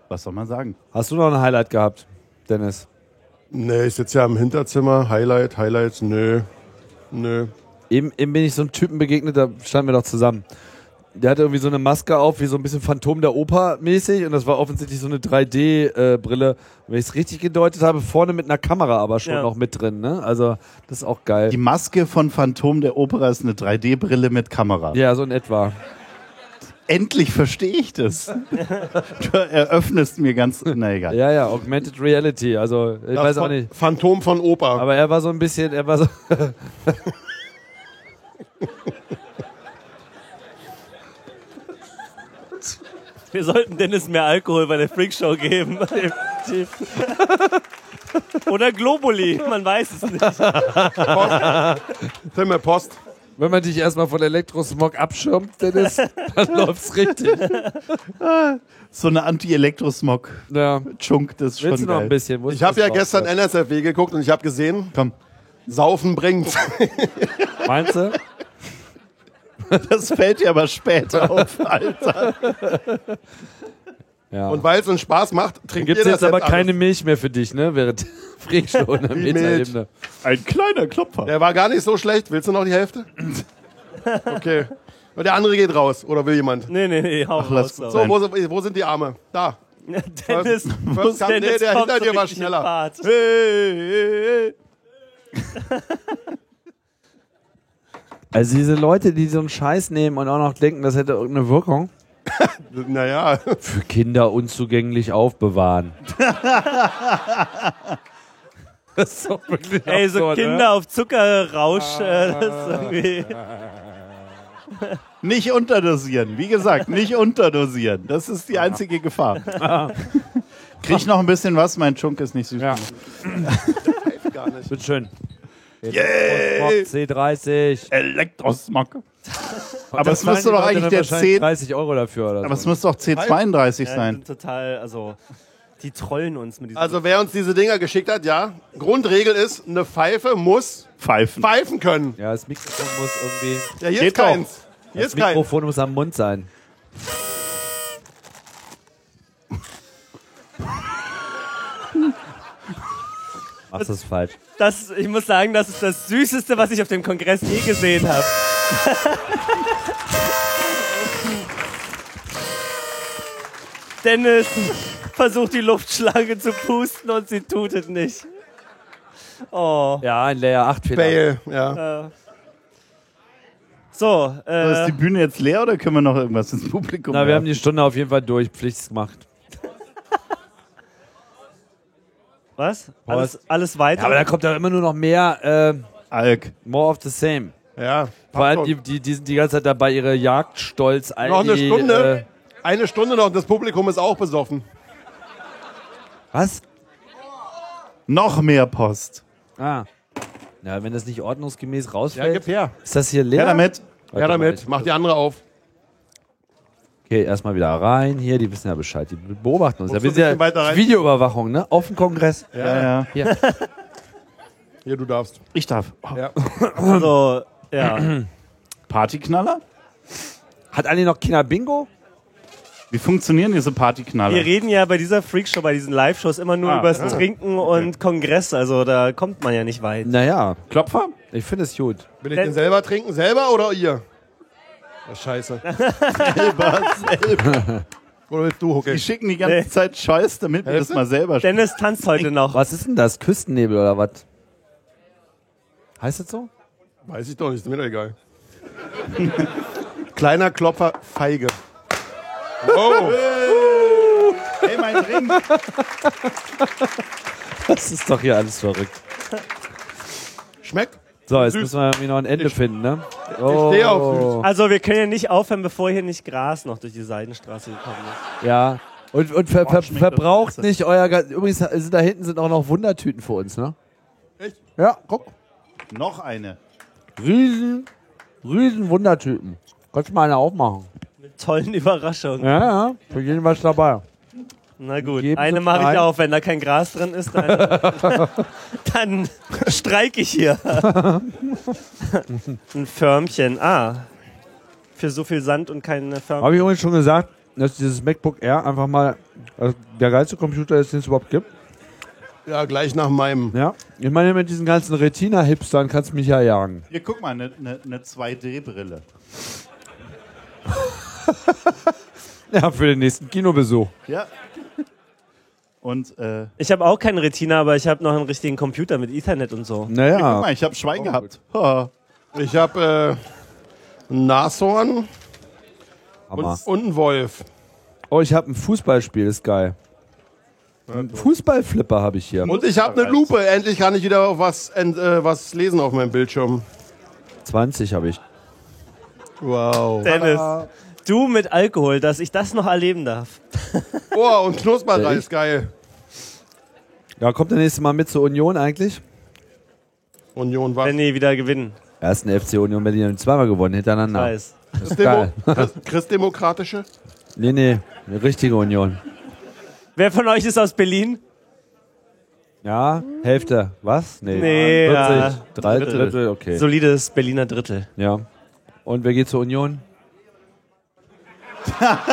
Was soll man sagen? hast du noch ein Highlight gehabt, Dennis? Nee, ich sitze ja im Hinterzimmer. Highlight, Highlights, nö. Nö. Eben, eben bin ich so einem Typen begegnet, da standen wir doch zusammen. Der hatte irgendwie so eine Maske auf, wie so ein bisschen Phantom der Oper mäßig. Und das war offensichtlich so eine 3D-Brille. Wenn ich es richtig gedeutet habe, vorne mit einer Kamera aber schon Ja. noch mit drin. Ne? Also, das ist auch geil. Die Maske von Phantom der Oper ist eine 3D-Brille mit Kamera. ja, so in etwa. Endlich verstehe ich das. Du eröffnest mir ganz. Na egal. Ja, ja, Augmented Reality. Also, ich weiß auch Phan- nicht. Phantom von Opa. Aber er war so ein bisschen, er war so. Wir sollten Dennis mehr Alkohol bei der Freakshow geben. Oder Globuli, man weiß es nicht. Tim, Post. Wenn man dich erstmal von Elektrosmog abschirmt, Dennis, dann läuft's richtig. So eine Anti-Elektrosmog-Chunk, Ja. das ist schon Willst du noch geil. ein bisschen? Wo ist Ich habe das ja noch? gestern NSFW geguckt und ich habe gesehen, Komm. Saufen bringt. Meinst du? Das fällt dir aber später auf, Alter. Ja. Und weil es uns Spaß macht, trinkt Gibt es ihr jetzt das aber alles. keine Milch mehr für dich, ne? Während Freakshow in der Milch. Metaebene. Ein kleiner Klopfer. Der war gar nicht so schlecht. Willst du noch die Hälfte? Okay. Und der andere geht raus. Oder will jemand? Nee, nee, nee, hau raus. lass- So. So, wo, wo sind die Arme? Da. Dennis, First kam, nee, Dennis der kommt hinter so dir war richtig in schneller. Fahrt. Hey, hey, Also diese Leute, die so einen Scheiß nehmen und auch noch denken, das hätte irgendeine Wirkung. hey. Naja, Für Kinder unzugänglich aufbewahren. das ist doch wirklich Ey, so absurd, ne? Kinder auf Zuckerrausch, Ah. äh, das ist irgendwie... Nicht unterdosieren. Wie gesagt, nicht unterdosieren. Das ist die einzige Gefahr. Krieg ich noch ein bisschen was? Mein Chunk ist nicht süß. Ja. genug. gar nicht. Wird schön. Elektrosmog C30. Elektrosmog. Aber es müsste Zahlen doch die Leute eigentlich dann der wahrscheinlich 10. 30 Euro dafür oder Aber es so. muss doch C32 Ja, die sein. sind total, also... Die trollen uns mit diesem... Also wer uns diese Dinger geschickt hat, ja. Grundregel ist, eine Pfeife muss Pfeifen. pfeifen können. Ja, das Mikrofon muss irgendwie. Ja, hier Geht ist keins. Hier Das ist keins. Mikrofon muss am Mund sein. Machst das falsch. Das, ich muss sagen, das ist das Süßeste, was ich auf dem Kongress je gesehen habe. Dennis versucht die Luftschlange zu pusten und sie tut es nicht. Oh. Ja, ein Layer 8 Fehler. Fail, ja. So, Ist äh, die Bühne jetzt leer oder können wir noch irgendwas ins Publikum? Na, wir haben werfen? die Stunde auf jeden Fall durch. Pflicht gemacht. was? Alles, alles weiter? Aber da kommt ja immer nur noch mehr. Äh, Alk. more of the same. ja. Vor allem, die, die, die sind die ganze Zeit dabei, ihre Jagdstolz ein- Noch eine die, Stunde? Eine Stunde noch und das Publikum ist auch besoffen. Äh, was? Noch mehr Post. Ah. Na, wenn das nicht ordnungsgemäß Ja, rausfällt. gib her. ist das hier leer? Ja, damit. Her damit. Mach die andere auf. Okay, erstmal wieder rein hier, die wissen ja Bescheid, die beobachten uns. Da Musst du wissen ja ein bisschen weiter rein? Videoüberwachung, ne? Auf dem Kongress. Ja, ja. Hier, du darfst. Ich darf. Oh, so, Also, ja. Partyknaller? Hat eigentlich noch Kinder Bingo? Wie funktionieren diese Wir Partyknaller? reden ja bei dieser Freakshow, bei diesen Live-Shows immer nur Ah, über das ah. Trinken und Kongress. Also da kommt man ja nicht weit. Naja, Klopfer? ich finde es gut. Will ich den selber trinken? Selber oder ihr? Ja, scheiße. Oder willst du, okay. Die schicken die ganze Zeit Scheiß, damit wir das mal selber spielen. Dennis tanzt heute noch. Was ist denn das? Küstennebel oder was? Heißt das so? Weiß ich doch nicht, ist mir doch egal. Kleiner Klopfer, feige. Hey, mein Ring. Das ist doch hier alles verrückt. Schmeckt? So, jetzt Süß. müssen wir irgendwie noch ein Ende finden, ne? Ich stehe auf süß. Also wir können ja nicht aufhören, bevor hier nicht Gras noch durch die Seidenstraße gekommen ist. Ja. Und, und ver, ver, schmeckt verbraucht das nicht euer. Ga- Übrigens, äh, sind da hinten sind auch noch Wundertüten für uns, ne? Echt? Ja, guck. Noch eine. Riesen, riesen Wundertüten. Kannst du mal eine aufmachen? Tollen Überraschung. Ja, ja. Für jeden was dabei. Na gut, Geben eine Sie mache frei. ich auf, wenn da kein Gras drin ist, dann, dann streike ich hier. Ein Förmchen, ah. Für so viel Sand und keine Förmchen. Habe ich übrigens schon gesagt, dass dieses MacBook Air einfach mal also der geilste Computer ist, den es überhaupt gibt. Ja, gleich nach meinem. Ja. Ich meine, mit diesen ganzen Retina-Hipstern kannst du mich ja jagen. Hier, guck mal, eine ne, ne 2D-Brille. Ja, für den nächsten Kinobesuch. Ja. Und, äh, Ich habe auch keinen Retina, aber ich habe noch einen richtigen Computer mit Ethernet und so. guck Naja. mal, ich habe Schwein gehabt. Ha. Ich habe äh, ein Nashorn Hammer. und, und einen Wolf. Oh, ich habe ein Fußballspiel, ist geil. Ein Fußballflipper habe ich hier. Und ich habe eine Lupe. Endlich kann ich wieder auf was, ent, äh, was lesen auf meinem Bildschirm. 20 habe ich. Wow. Dennis, du mit Alkohol, dass ich das noch erleben darf. Oh, und Knusperreis, geil. Ja, kommt der nächste Mal mit zur Union eigentlich? Union, was? Wenn die wieder gewinnen, Ersten FC Union Berlin haben zweimal gewonnen hintereinander. weiß. Christdemo Christ- Christdemokratische? Nee, nee, eine richtige Union. Wer von euch ist aus Berlin? Ja, Hälfte. Was? Nee. Nee, 40. ja. Drei Drittel. Drittel, okay. Solides Berliner Drittel. Ja. Und wer geht zur Union?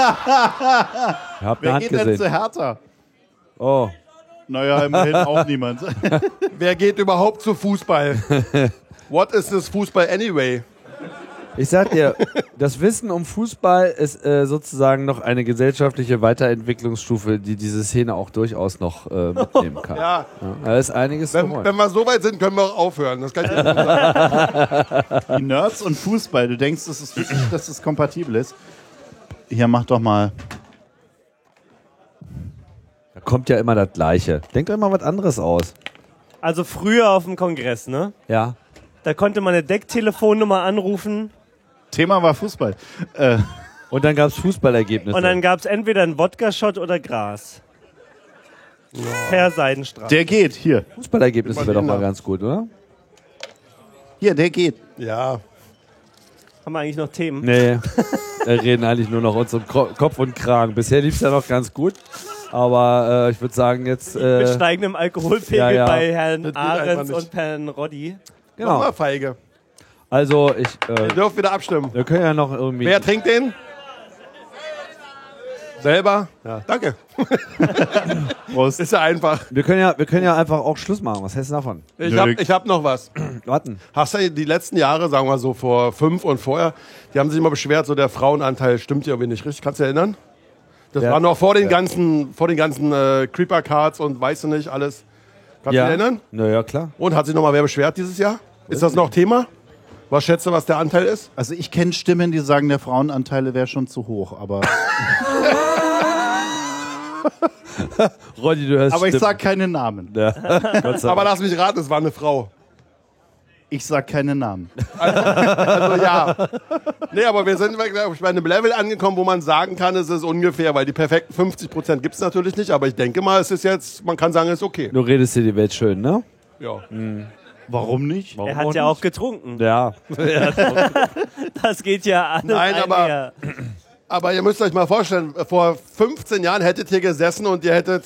ich hab eine Wer Hand geht denn zu gesehen. Hertha? Oh, Naja, immerhin auch niemand. Wer geht überhaupt zu Fußball? What is this Fußball anyway? ich sag dir, das Wissen um Fußball ist äh, sozusagen noch eine gesellschaftliche Weiterentwicklungsstufe, die diese Szene auch durchaus noch äh, mitnehmen kann. Ja, Ja, da ist einiges wenn, gewollt. wenn wir so weit sind, können wir auch aufhören. Das kann ich nicht. Die Nerds und Fußball, du denkst, es ist wichtig, dass es kompatibel ist. Hier, mach doch mal. Da kommt ja immer das Gleiche. Denkt euch mal was anderes aus. Also früher auf dem Kongress, ne? Ja. Da konnte man eine Decktelefonnummer anrufen Thema war Fußball. Äh, Und dann gab's Fußballergebnisse. und dann gab es entweder einen Wodka-Shot oder Gras. Per Seidenstraße. der geht, hier. Fußballergebnisse wäre doch mal Berliner. ganz gut, oder? Hier, der geht. Ja, Haben wir eigentlich noch Themen? Nee. Wir reden eigentlich nur noch uns um Ko- Kopf und Kragen. Bisher lief's ja noch ganz gut. Aber äh, ich würde sagen, jetzt. Mit Äh, steigendem Alkoholpegel Ja, ja. bei Herrn Das geht einfach Ahrens nicht. und Herrn Roddy. nochmal genau. feige. Also, ich. Äh, Ihr dürft wieder abstimmen. wir können ja noch irgendwie. Wer trinkt den? Selber? Ja, danke. Prost. Ist ja einfach. Wir können ja, wir können ja einfach auch Schluss machen. Was hältst du davon? Ich hab, ich hab noch was. Warten. Hast du die letzten Jahre, sagen wir so vor fünf und vorher, die haben sich immer beschwert, so der Frauenanteil stimmt ja irgendwie nicht richtig. Kannst du dich erinnern? Das Ja. war noch vor den ganzen, vor den ganzen äh, Creeper-Cards und weißt du nicht alles. Kannst du dich erinnern? Naja, klar. Und hat sich nochmal wer beschwert dieses Jahr? Ist das noch Thema? Was schätzt du, was der Anteil ist? Also ich kenne Stimmen, die sagen, der Frauenanteile wäre schon zu hoch, aber, Roddy, du hörst aber ich Stimmen. sag keine Namen. Gott sei Aber Dank. lass mich raten, es war eine Frau. Ich sag keine Namen. Also ja. Nee, aber wir sind ich, bei einem Level angekommen, wo man sagen kann, es ist ungefähr, weil die perfekten 50 Prozent gibt es natürlich nicht, aber ich denke mal, es ist jetzt, man kann sagen, es ist okay. Du redest dir die Welt schön, ne? Ja. Warum nicht? Er hat ja auch getrunken. Ja. Das geht ja alles Nein, aber- einher. Aber ihr müsst euch mal vorstellen, vor 15 Jahren hättet ihr gesessen und ihr hättet,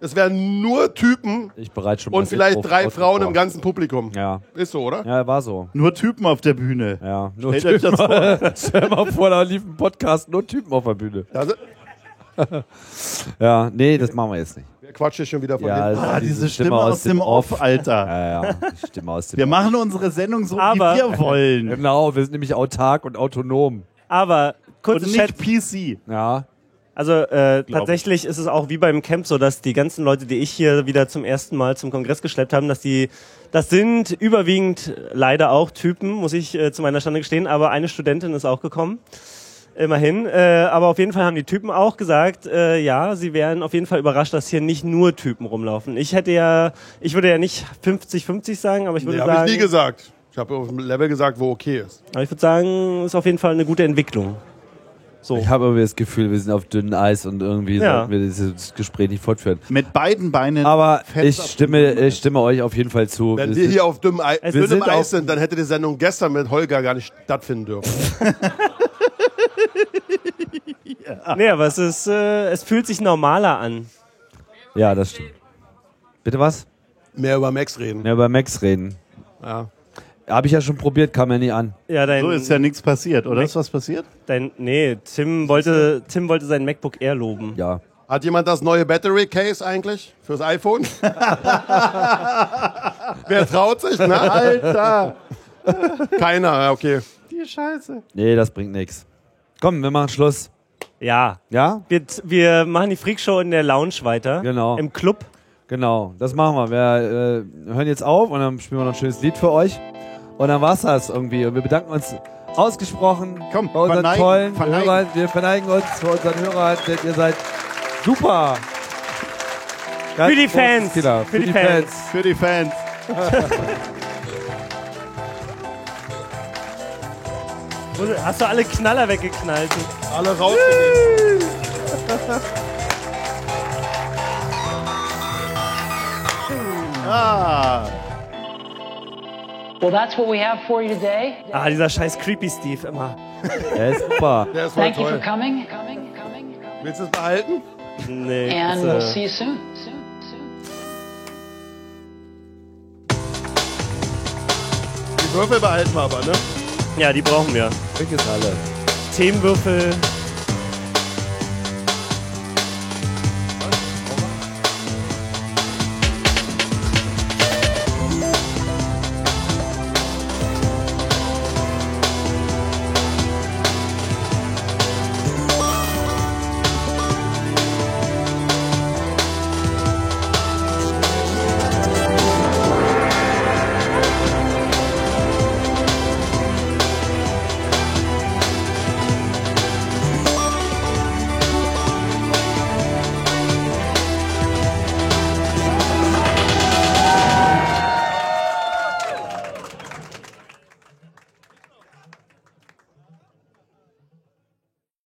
es wären nur Typen Ich bereite schon mal und das vielleicht Intro- drei Outro Frauen vor. im ganzen Publikum. Ja. Ist so, oder? Ja, war so. Nur Typen auf der Bühne. Ja. Nur Stellt euch das vor. Stell mal vor, da lief ein Podcast, nur Typen auf der Bühne. Da sind- Ja, nee, das machen wir jetzt nicht. Wer quatscht hier schon wieder von Ja, hinten? also Ah, diese Stimme aus dem Off, Alter. Ja, ja, die Stimme aus dem Wir machen unsere Sendung so, Aber- wie wir wollen. Genau, wir sind nämlich autark und autonom. Aber kurz Und Chat. nicht PC. Ja. Also äh, tatsächlich ist es auch wie beim Camp so, dass die ganzen Leute, die ich hier wieder zum ersten Mal zum Kongress geschleppt haben, dass die, das sind überwiegend äh, leider auch Typen, muss ich äh, zu meiner Stande gestehen, aber eine Studentin ist auch gekommen. Immerhin. Äh, aber auf jeden Fall haben die Typen auch gesagt, äh, ja, sie wären auf jeden Fall überrascht, dass hier nicht nur Typen rumlaufen. Ich hätte ja, ich würde ja nicht 50-50 sagen, aber ich würde Nee, sagen, habe ich nie gesagt. Ich habe auf dem Level gesagt, wo okay ist. aber ich würde sagen, ist auf jeden Fall eine gute Entwicklung. Ich habe irgendwie das Gefühl, wir sind auf dünnem Eis und irgendwie Ja. sollten wir dieses Gespräch nicht fortführen. Mit beiden Beinen. Aber Fans ich auf stimme, ich stimme euch auf jeden Fall zu. Wenn Es wir ist- hier auf dünnem Ei, Es dünnem sind Eis auch- sind, dann hätte die Sendung gestern mit Holger gar nicht stattfinden dürfen. Nee, aber es ist, äh, es fühlt sich normaler an. ja, das stimmt. Bitte was? Mehr über Max reden. Ja, über Max reden. Ja. Habe ich ja schon probiert, kam ja nie an. Ja, dein, So ist ja nichts passiert, oder? Ist was passiert? Dein, nee, Tim wollte, Tim wollte sein MacBook Air loben. Ja. Hat jemand das neue Battery Case eigentlich fürs iPhone? Wer traut sich? Na, Alter! Keiner, ja, okay. Die Scheiße. Nee, das bringt nichts. Komm, wir machen Schluss. Ja. Ja? Wir, wir machen die Freakshow in der Lounge weiter. Genau. Im Club. Genau, das machen wir. Wir äh, hören jetzt auf und dann spielen wir noch ein schönes Lied für euch. Und dann war's das irgendwie. Und wir bedanken uns ausgesprochen Komm, bei unseren verneigen, tollen verneigen. Hörern. Wir verneigen uns vor unseren Hörern, denn ihr seid super. Ganz Für die großes Fans. Kino. Für, die Fans. Für die Fans. Hast du alle Knaller weggeknallt? Alle raus. Ah. Well, that's what we have for you today. Ah, dieser scheiß Creepy Steve immer. Ja, ist super. Der ist voll Thank you for toll. coming. Coming, coming, coming. Willst du es behalten? Nee. And das, äh, we'll see you soon. Soon, soon. Die Würfel behalten wir aber, ne? ja, die brauchen wir. Kriegt jetzt alle. Themenwürfel.